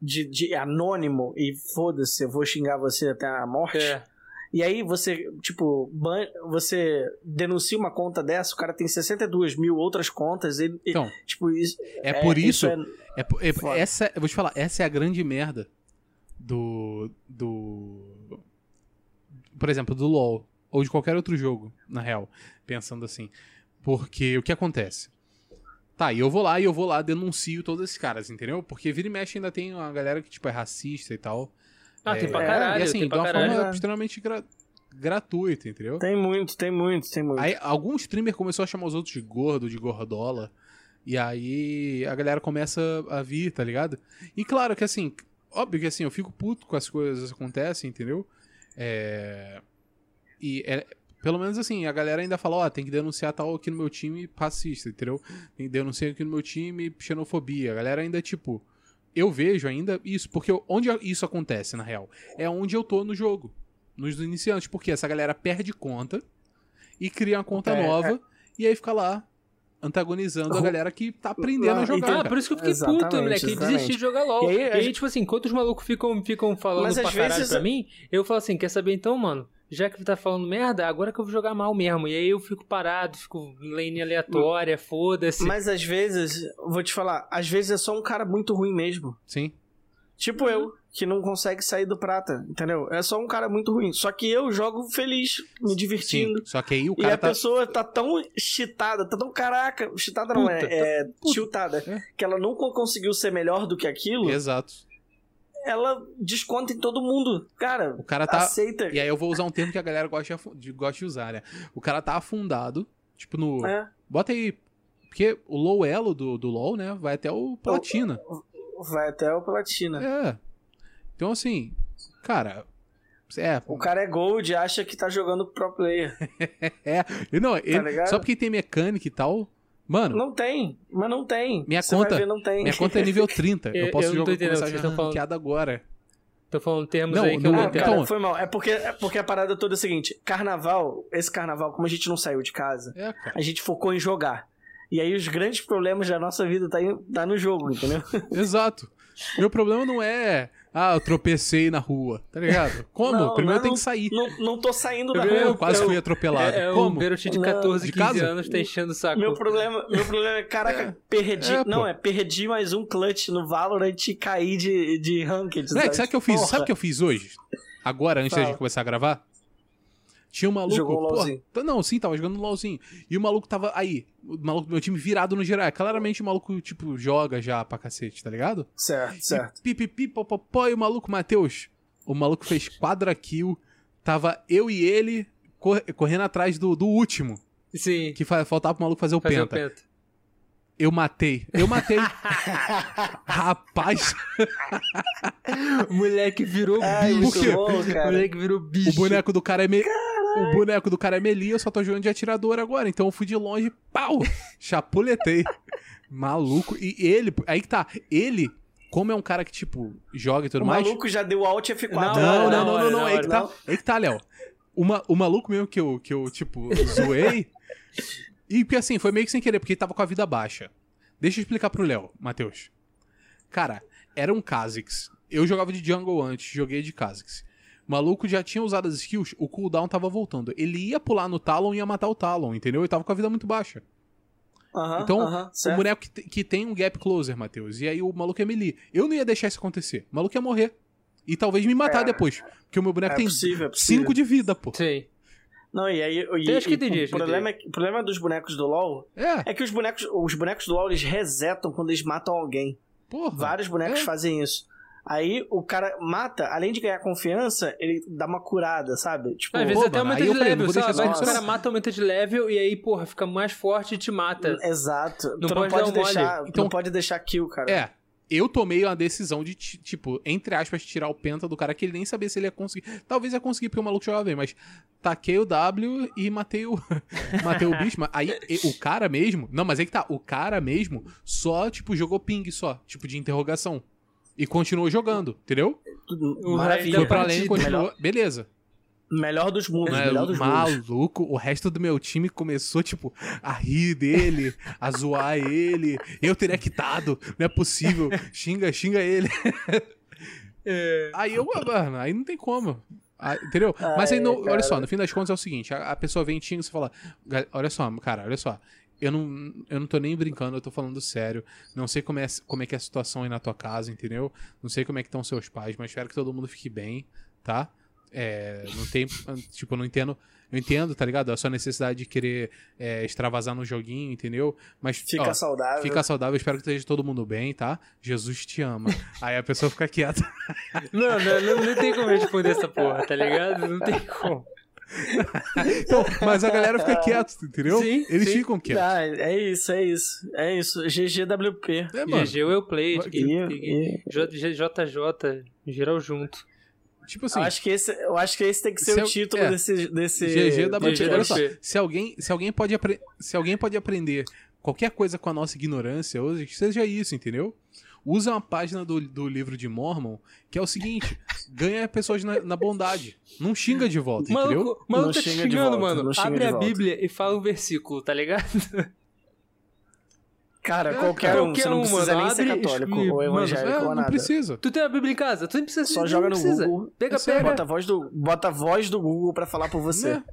Speaker 1: de, de anônimo, e foda-se, eu vou xingar você até a morte.
Speaker 2: É.
Speaker 1: E aí você, tipo, ban- você denuncia uma conta dessa, o cara tem 62 mil outras contas, ele, e,
Speaker 3: Então,
Speaker 1: tipo, isso...
Speaker 3: é, por isso.
Speaker 1: é-
Speaker 3: é por- é-
Speaker 1: foda.
Speaker 3: essa, eu vou te falar, essa é a grande merda do. Do. Por exemplo, do LoL. Ou de qualquer outro jogo, na real. Pensando assim. Porque o que acontece? Tá, e eu vou lá e eu vou lá, denuncio todos esses caras, entendeu? Porque vira e mexe ainda tem uma galera que, tipo, é racista e tal.
Speaker 2: Ah,
Speaker 3: é,
Speaker 2: tem pra
Speaker 1: é,
Speaker 2: caralho,
Speaker 3: E assim,
Speaker 2: tem
Speaker 3: de
Speaker 2: pra
Speaker 3: uma
Speaker 2: caralho.
Speaker 3: forma extremamente gra- gratuita, entendeu?
Speaker 1: Tem muito, tem muito, tem muito.
Speaker 3: Aí algum streamer começou a chamar os outros de gordo, de gordola. E aí a galera começa a vir, tá ligado? E claro que assim, óbvio que assim, eu fico puto com as coisas que acontecem, entendeu? É. E é- pelo menos assim, a galera ainda fala, ó, tem que denunciar tal aqui no meu time racista, entendeu? Tem que denunciar aqui no meu time xenofobia. A galera ainda, tipo, eu vejo ainda isso, porque eu- onde isso acontece, na real, é onde eu tô no jogo. Nos iniciantes, porque essa galera perde conta e cria uma conta
Speaker 1: É,
Speaker 3: nova e aí fica lá antagonizando a
Speaker 1: Ru-
Speaker 3: galera que tá aprendendo a
Speaker 1: Ah,
Speaker 3: jogar.
Speaker 1: então-
Speaker 2: Ah,
Speaker 3: cara.
Speaker 2: por isso que eu fiquei puto,
Speaker 1: Exatamente,
Speaker 2: moleque. Que
Speaker 1: exatamente.
Speaker 2: desisti de jogar LOL.
Speaker 1: E
Speaker 2: E
Speaker 1: aí,
Speaker 2: aí,
Speaker 1: a gente-
Speaker 2: tipo assim, enquanto os malucos ficam, ficam falando
Speaker 1: Mas,
Speaker 2: pra
Speaker 1: às
Speaker 2: caralho
Speaker 1: vezes, é-
Speaker 2: pra mim, eu falo assim, quer saber então, mano? Já que tá falando merda, agora que eu vou jogar mal mesmo. E aí eu fico parado, fico lane aleatória, foda-se.
Speaker 1: Mas às vezes, vou te falar, às vezes é só um cara muito ruim mesmo.
Speaker 3: Sim.
Speaker 1: Tipo eu, que não consegue sair do prata, entendeu? É só um cara muito ruim. Só que eu jogo feliz, me divertindo.
Speaker 3: Sim. Só que aí o
Speaker 1: E
Speaker 3: cara
Speaker 1: a
Speaker 3: tá.
Speaker 1: pessoa tá tão chitada, tá tão caraca, chitada não, é,
Speaker 2: Puta,
Speaker 1: é
Speaker 3: puta.
Speaker 1: tiltada,
Speaker 3: É.
Speaker 1: que ela nunca conseguiu ser melhor do que aquilo,
Speaker 3: Exato.
Speaker 1: ela desconta em todo mundo. Cara,
Speaker 3: O cara tá.
Speaker 1: aceita.
Speaker 3: E aí eu vou usar um termo que a galera gosta de, afu- de- gosta de usar, né? O cara tá afundado, tipo no.
Speaker 1: É,
Speaker 3: Bota aí. Porque o low elo do, do LoL, né? Vai até o platina.
Speaker 1: vai até o platina.
Speaker 3: É. Então assim, cara. É.
Speaker 1: O cara é gold e acha que tá jogando pro player.
Speaker 3: E Não, ele,
Speaker 1: tá ligado?
Speaker 3: só porque tem mecânica e tal. Mano,
Speaker 1: Não tem, mas não tem.
Speaker 3: Minha
Speaker 1: Você
Speaker 3: conta-
Speaker 1: vai ver, não tem.
Speaker 3: minha conta é nível 30.
Speaker 2: Eu-
Speaker 3: Eu posso
Speaker 2: eu não tô
Speaker 3: jogar
Speaker 2: entendendo o
Speaker 3: começar
Speaker 2: que vocês
Speaker 3: já
Speaker 2: tão falando.
Speaker 3: ranqueada agora.
Speaker 2: Tô falando termos
Speaker 3: Não,
Speaker 2: aí que
Speaker 3: no-
Speaker 2: eu
Speaker 1: Ah,
Speaker 2: não
Speaker 1: cara,
Speaker 2: entendo.
Speaker 3: então-
Speaker 1: foi mal. É porque, é porque a parada toda é a seguinte: carnaval, esse carnaval, como a gente não saiu de casa,
Speaker 3: É, cara.
Speaker 1: a gente focou em jogar. E aí os grandes problemas da nossa vida tá, em- tá no jogo, entendeu?
Speaker 3: Exato. Meu problema não é. Ah, eu tropecei na rua, tá ligado? Como?
Speaker 1: Não,
Speaker 3: Primeiro
Speaker 1: não,
Speaker 3: tem que sair.
Speaker 1: Não, não tô saindo da
Speaker 2: Eu-
Speaker 1: rua.
Speaker 3: Eu quase
Speaker 2: eu-
Speaker 3: fui atropelado.
Speaker 2: É, é um
Speaker 3: Como?
Speaker 2: garotinho de
Speaker 1: Não.
Speaker 2: 14,
Speaker 3: De
Speaker 2: 15
Speaker 3: casa?
Speaker 2: anos tá enchendo o saco.
Speaker 1: Meu problema, meu problema é, caraca, perdi.
Speaker 3: é, pô.
Speaker 1: não, é perdi mais um clutch no Valorant e caí de, de ranked.
Speaker 3: Moleque, sabe o que eu fiz? Sabe o que eu fiz hoje? Agora, antes da
Speaker 1: Fala.
Speaker 3: gente começar a gravar? Tinha um maluco.
Speaker 1: Jogou um
Speaker 3: pô,
Speaker 1: LOLzinho.
Speaker 3: tá- não, sim, tava jogando um LOLzinho. E o maluco tava aí. O maluco do meu time virado no geral. É, Claramente o maluco, tipo, joga já pra cacete, tá ligado?
Speaker 1: Certo, certo.
Speaker 3: Pipipi, popopó, e o maluco, Matheus. O maluco fez quadra kill. Tava eu e ele cor- correndo atrás do, do último.
Speaker 2: Sim.
Speaker 3: Que fa- faltava pro maluco fazer o
Speaker 2: Fazer o
Speaker 3: penta.
Speaker 2: penta.
Speaker 3: Eu matei. Eu matei. Rapaz,
Speaker 2: O moleque virou
Speaker 1: Ai,
Speaker 2: bicho.
Speaker 3: Por quê?
Speaker 1: É, muito bom,
Speaker 2: O
Speaker 1: cara.
Speaker 2: moleque virou bicho.
Speaker 3: o boneco do cara é me... O boneco do cara é melee, eu só tô jogando de atirador agora. Então eu fui de longe, pau! Chapuletei. Maluco. E ele, aí que tá. Ele, como é um cara que, tipo, joga e tudo
Speaker 1: O
Speaker 3: mais.
Speaker 1: maluco já deu Alt F4.
Speaker 2: Não, é na
Speaker 3: Não, não, não,
Speaker 2: hora,
Speaker 3: não,
Speaker 2: na
Speaker 3: não. Aí que
Speaker 2: hora.
Speaker 3: tá, aí que tá Léo. Uma, o maluco mesmo que eu, que eu tipo, zoei. e porque assim, foi meio que sem querer, porque ele tava com a vida baixa. Deixa eu explicar pro Léo, Matheus. Cara, era um Kha'Zix. Eu jogava de jungle antes, joguei de Kha'Zix. O maluco já tinha usado as skills, o cooldown tava voltando. Ele ia pular no Talon e ia matar o Talon, entendeu? Ele tava com a vida muito baixa.
Speaker 1: Aham,
Speaker 3: Então,
Speaker 1: aham,
Speaker 3: O
Speaker 1: certo.
Speaker 3: boneco que, te- que tem um gap closer, Matheus. E aí o maluco é melee. Eu não ia deixar isso acontecer. O maluco ia morrer. E talvez me matar
Speaker 1: É.
Speaker 3: depois. Porque o meu boneco
Speaker 1: É
Speaker 3: tem
Speaker 1: possível, é possível.
Speaker 3: 5 de vida, pô.
Speaker 2: Sim.
Speaker 1: Não, e aí. E,
Speaker 2: Eu acho que
Speaker 1: e
Speaker 2: entendi,
Speaker 1: o,
Speaker 2: acho que
Speaker 1: problema é que- o problema dos bonecos do LoL
Speaker 3: É,
Speaker 1: é que os bonecos, os bonecos do LoL eles resetam quando eles matam alguém.
Speaker 2: Ah.
Speaker 3: porra.
Speaker 1: Vários bonecos
Speaker 3: É.
Speaker 1: fazem isso. Aí o cara mata, além de ganhar confiança, ele dá uma curada, sabe? Tipo,
Speaker 2: Às
Speaker 3: Pô,
Speaker 2: vezes até
Speaker 3: mano,
Speaker 2: aumenta de
Speaker 3: aí eu falei, não
Speaker 2: level,
Speaker 3: vou
Speaker 2: sabe?
Speaker 3: deixar
Speaker 2: Vai que
Speaker 1: isso
Speaker 2: os caras
Speaker 1: acontecer.
Speaker 2: matam, aumenta de level e aí, porra, fica mais forte e te mata.
Speaker 1: exato.
Speaker 2: Não
Speaker 1: tu não
Speaker 2: pode
Speaker 1: pode
Speaker 2: dar um mole.
Speaker 1: deixar, tu
Speaker 3: Então-
Speaker 1: não pode deixar kill, cara.
Speaker 3: É, eu tomei uma decisão de, ti- tipo, entre aspas, tirar o penta do cara que ele nem sabia se ele ia conseguir. Talvez ia conseguir porque o maluco jogava bem, mas taquei o W e matei o, matei o bicho. mas Aí e- o cara mesmo. Não, mas aí que tá. O cara mesmo só, tipo, jogou ping só, tipo, de interrogação. E continuou jogando, entendeu?
Speaker 1: Tudo- Maravilha.
Speaker 2: O
Speaker 3: Foi
Speaker 2: resto é da
Speaker 3: pra além
Speaker 2: partida,
Speaker 3: e continuou.
Speaker 1: melhor,
Speaker 3: Beleza.
Speaker 1: melhor dos mundos,
Speaker 2: é
Speaker 3: Mas,
Speaker 1: melhor dos mundos.
Speaker 3: maluco, o resto do meu time começou, tipo, a rir dele, a zoar ele. Eu teria quitado, não é possível. Xinga, xinga ele. Aí eu, ah, mano, aí não tem como. Ah, entendeu? Mas aí,
Speaker 1: Ai,
Speaker 3: no- olha
Speaker 1: cara.
Speaker 3: só, no fim das contas é o seguinte: a, a pessoa vem e xinga e você fala, "Gal- olha só, cara, olha só. Eu não, eu não tô nem brincando, eu tô falando sério. Não sei como é, como é que é a situação aí na tua casa, entendeu? Não sei como é que estão seus pais, mas espero que todo mundo fique bem, tá? É, não tem. Tipo, eu não entendo. Eu entendo, tá ligado? A sua necessidade de querer é, extravasar no joguinho, entendeu? Mas.
Speaker 1: Fica
Speaker 3: ó,
Speaker 1: saudável.
Speaker 3: Fica
Speaker 2: assim
Speaker 3: saudável, espero que esteja todo mundo bem, tá? Jesus te ama. Aí a pessoa fica quieta.
Speaker 2: Não, não, não, não tem como responder essa porra, tá ligado? Não tem como.
Speaker 3: Então, mas a galera fica quieta, entendeu?
Speaker 2: Sim,
Speaker 3: Eles
Speaker 2: sim.
Speaker 3: ficam quietos.
Speaker 1: Ah, é isso, é isso. É isso. GGWP.
Speaker 3: É, mano.
Speaker 2: GG, eu play,
Speaker 3: Vai-
Speaker 2: e- e-
Speaker 1: E- e-
Speaker 2: J- JJ, geral junto.
Speaker 3: Tipo assim,
Speaker 1: eu, acho que esse, eu acho que esse tem que ser
Speaker 3: Esse é
Speaker 1: o
Speaker 3: o-
Speaker 1: título
Speaker 3: é.
Speaker 1: desse, desse. tipo,
Speaker 3: GGWP, olha só.
Speaker 2: GGWP.
Speaker 3: Se alguém, se alguém pode apre- se alguém pode aprender qualquer coisa com a nossa ignorância hoje, que seja isso, entendeu? Usa uma página do, do livro de Mormon, que é o seguinte: ganha pessoas na, na bondade. Não xinga de volta, entendeu?
Speaker 2: Maluco, maluco
Speaker 1: Não
Speaker 2: tá te
Speaker 1: xinga de
Speaker 2: xingando,
Speaker 1: volta,
Speaker 2: mano.
Speaker 1: não xinga
Speaker 2: Abre
Speaker 1: de
Speaker 2: a
Speaker 1: volta.
Speaker 2: Bíblia e fala um versículo, tá ligado?
Speaker 1: Cara,
Speaker 3: É,
Speaker 1: qualquer
Speaker 2: cara.
Speaker 1: um. Você não
Speaker 2: Qualquer um,
Speaker 1: precisa
Speaker 2: mano.
Speaker 1: nem ser
Speaker 2: Abre,
Speaker 1: católico
Speaker 2: escreve,
Speaker 1: ou
Speaker 2: mano,
Speaker 1: evangélico
Speaker 3: É,
Speaker 1: ou
Speaker 3: não
Speaker 1: nada.
Speaker 3: precisa.
Speaker 2: Tu tem a Bíblia em casa? Tu nem precisa
Speaker 1: Só
Speaker 2: nem
Speaker 1: joga no
Speaker 2: precisa.
Speaker 1: Google.
Speaker 2: Pega,
Speaker 3: Essa é a
Speaker 2: pega.
Speaker 1: Bota
Speaker 3: bota-
Speaker 1: a, voz do, bota a voz do Google pra falar por você.
Speaker 3: Né?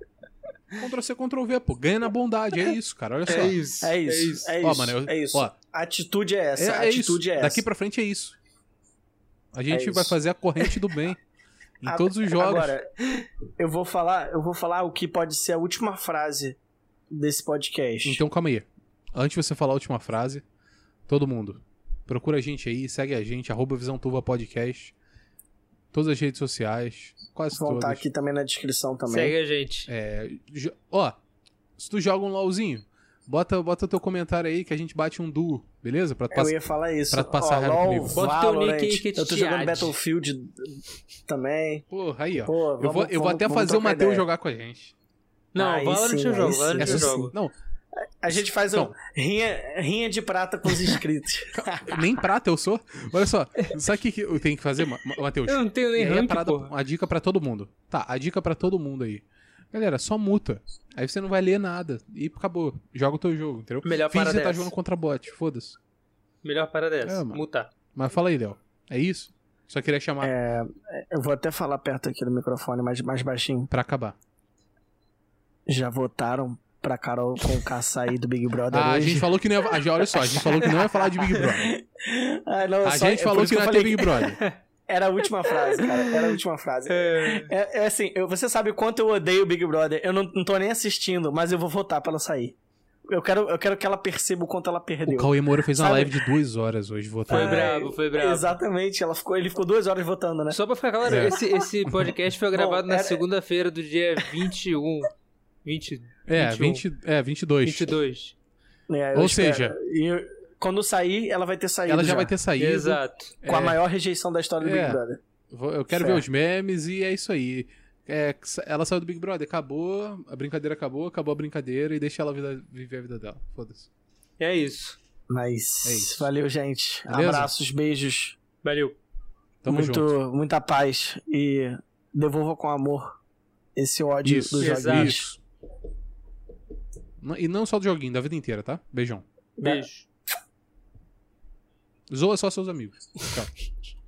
Speaker 3: Ctrl C, Ctrl V, pô. Ganha na bondade, é isso, cara. Olha só.
Speaker 2: É isso.
Speaker 1: É isso. É isso.
Speaker 3: Ó, mano, eu-
Speaker 1: é isso.
Speaker 3: ó,
Speaker 1: a atitude é
Speaker 3: É,
Speaker 1: essa. a
Speaker 3: é
Speaker 1: atitude
Speaker 3: isso.
Speaker 1: é essa.
Speaker 3: Daqui pra frente é isso. A gente
Speaker 1: É
Speaker 3: vai
Speaker 1: isso.
Speaker 3: fazer a corrente do bem. Em
Speaker 1: A-
Speaker 3: todos os jogos.
Speaker 1: Agora, eu vou falar, eu vou falar o que pode ser a última frase desse podcast.
Speaker 3: Então calma aí. Antes de você falar a última frase, todo mundo, procura a gente aí, segue a gente, arroba Visão Turva Podcast. Todas as redes sociais, quase
Speaker 1: vão estar
Speaker 3: todas.
Speaker 1: aqui também na descrição também.
Speaker 2: Segue a gente.
Speaker 3: É, jo- ó, se tu joga um LOLzinho, bota, bota teu comentário aí que a gente bate um duo, beleza? Pra tu
Speaker 1: Eu
Speaker 3: passar.
Speaker 1: ia falar isso.
Speaker 3: pra passar
Speaker 1: Ó,
Speaker 3: raiva
Speaker 1: LOL,
Speaker 3: comigo.
Speaker 2: Bota teu link aí
Speaker 1: Valorant.
Speaker 2: que a gente
Speaker 1: Eu tô
Speaker 2: te
Speaker 1: jogando
Speaker 2: ade.
Speaker 1: Battlefield também.
Speaker 3: Porra, aí, ó.
Speaker 1: Pô,
Speaker 3: eu
Speaker 1: vamos-
Speaker 3: vou, eu vou
Speaker 1: vamos-
Speaker 3: até
Speaker 1: vamos
Speaker 3: fazer o
Speaker 1: trocar
Speaker 3: Matheus
Speaker 1: ideia.
Speaker 3: jogar com a gente.
Speaker 2: Não,
Speaker 1: Aí
Speaker 2: Valorant
Speaker 1: sim,
Speaker 2: eu
Speaker 1: aí
Speaker 2: jogo,
Speaker 1: sim.
Speaker 2: Valorant
Speaker 1: Essa
Speaker 2: eu
Speaker 1: sim.
Speaker 2: jogo.
Speaker 3: Não,
Speaker 1: A gente faz um
Speaker 3: Então.
Speaker 1: rinha, rinha de prata com os inscritos.
Speaker 3: nem prata eu sou. Olha só, sabe o que, que eu tenho que fazer, Ma- Ma- Matheus?
Speaker 2: Eu não tenho
Speaker 3: E
Speaker 2: nem
Speaker 3: aí a
Speaker 2: rank,
Speaker 3: parada,
Speaker 2: porra.
Speaker 3: a dica pra todo mundo. Tá, a dica pra todo mundo aí. Galera, só muta. Aí você não vai ler nada. E acabou. Joga o teu jogo, entendeu?
Speaker 2: Melhor
Speaker 3: Finge que
Speaker 2: parada é
Speaker 3: você tá
Speaker 2: essa.
Speaker 3: jogando contra bot, foda-se.
Speaker 2: Melhor parada é essa.
Speaker 3: É, mano.
Speaker 2: Mutar.
Speaker 3: Mas fala aí, Léo. É isso? Só queria chamar
Speaker 1: É. Eu vou até falar perto aqui do microfone, mais, mais baixinho.
Speaker 3: pra acabar.
Speaker 1: Já votaram pra Carol com K sair do Big Brother
Speaker 3: Ah, a
Speaker 1: hoje?
Speaker 3: gente falou que não ia. ah, já, Olha só, a gente falou que não ia falar de Big Brother.
Speaker 1: Ah, não,
Speaker 3: A
Speaker 1: só-
Speaker 3: gente
Speaker 1: é por
Speaker 3: falou
Speaker 1: isso
Speaker 3: que não ia
Speaker 1: eu
Speaker 3: ter
Speaker 1: falei-
Speaker 3: Big Brother.
Speaker 1: Era a última frase, cara. Era a última frase.
Speaker 2: É,
Speaker 1: É, é assim, eu- você sabe o quanto eu odeio Big Brother. Eu não, não tô nem assistindo, mas eu vou votar pra ela sair. Eu quero, eu quero que ela perceba o quanto ela
Speaker 3: O
Speaker 1: perdeu.
Speaker 3: Cauê Moura fez uma
Speaker 1: Sabe-
Speaker 3: live de duas horas hoje,
Speaker 2: foi
Speaker 3: votando.
Speaker 2: brabo, foi brabo.
Speaker 1: Exatamente, ela ficou, ele ficou duas horas votando, né?
Speaker 2: Só pra ficar claro,
Speaker 3: É.
Speaker 2: esse, esse podcast foi
Speaker 1: Bom,
Speaker 2: gravado na
Speaker 1: era-
Speaker 2: segunda-feira do dia 21. 20,
Speaker 3: É,
Speaker 2: 21.
Speaker 3: 20, é, 22.
Speaker 2: 22.
Speaker 1: É, eu
Speaker 3: Ou
Speaker 1: espero.
Speaker 3: seja-
Speaker 1: E eu- quando sair, ela vai ter saído.
Speaker 3: Ela já vai ter saído.
Speaker 2: Exato.
Speaker 1: Com a
Speaker 3: É.
Speaker 1: maior rejeição da história do
Speaker 3: É.
Speaker 1: Big Brother.
Speaker 3: Vou- Eu quero
Speaker 1: Certo.
Speaker 3: ver os memes e é isso aí. É, sa- ela saiu do Big Brother, acabou, a brincadeira acabou, acabou a brincadeira e deixa ela vida- viver a vida dela. Foda-se.
Speaker 2: É isso.
Speaker 1: Mas.
Speaker 3: É isso.
Speaker 1: valeu, gente.
Speaker 3: Beleza?
Speaker 1: Abraços, beijos.
Speaker 2: Valeu.
Speaker 3: Tamo
Speaker 1: muito,
Speaker 3: junto.
Speaker 1: Muita paz. E devolva com amor esse ódio
Speaker 3: Isso,
Speaker 1: dos
Speaker 2: exato.
Speaker 1: joguinhos.
Speaker 3: Isso. Não- E não só do joguinho, da vida inteira, tá? Beijão.
Speaker 2: Beijo.
Speaker 3: Zoa só seus amigos. Tchau.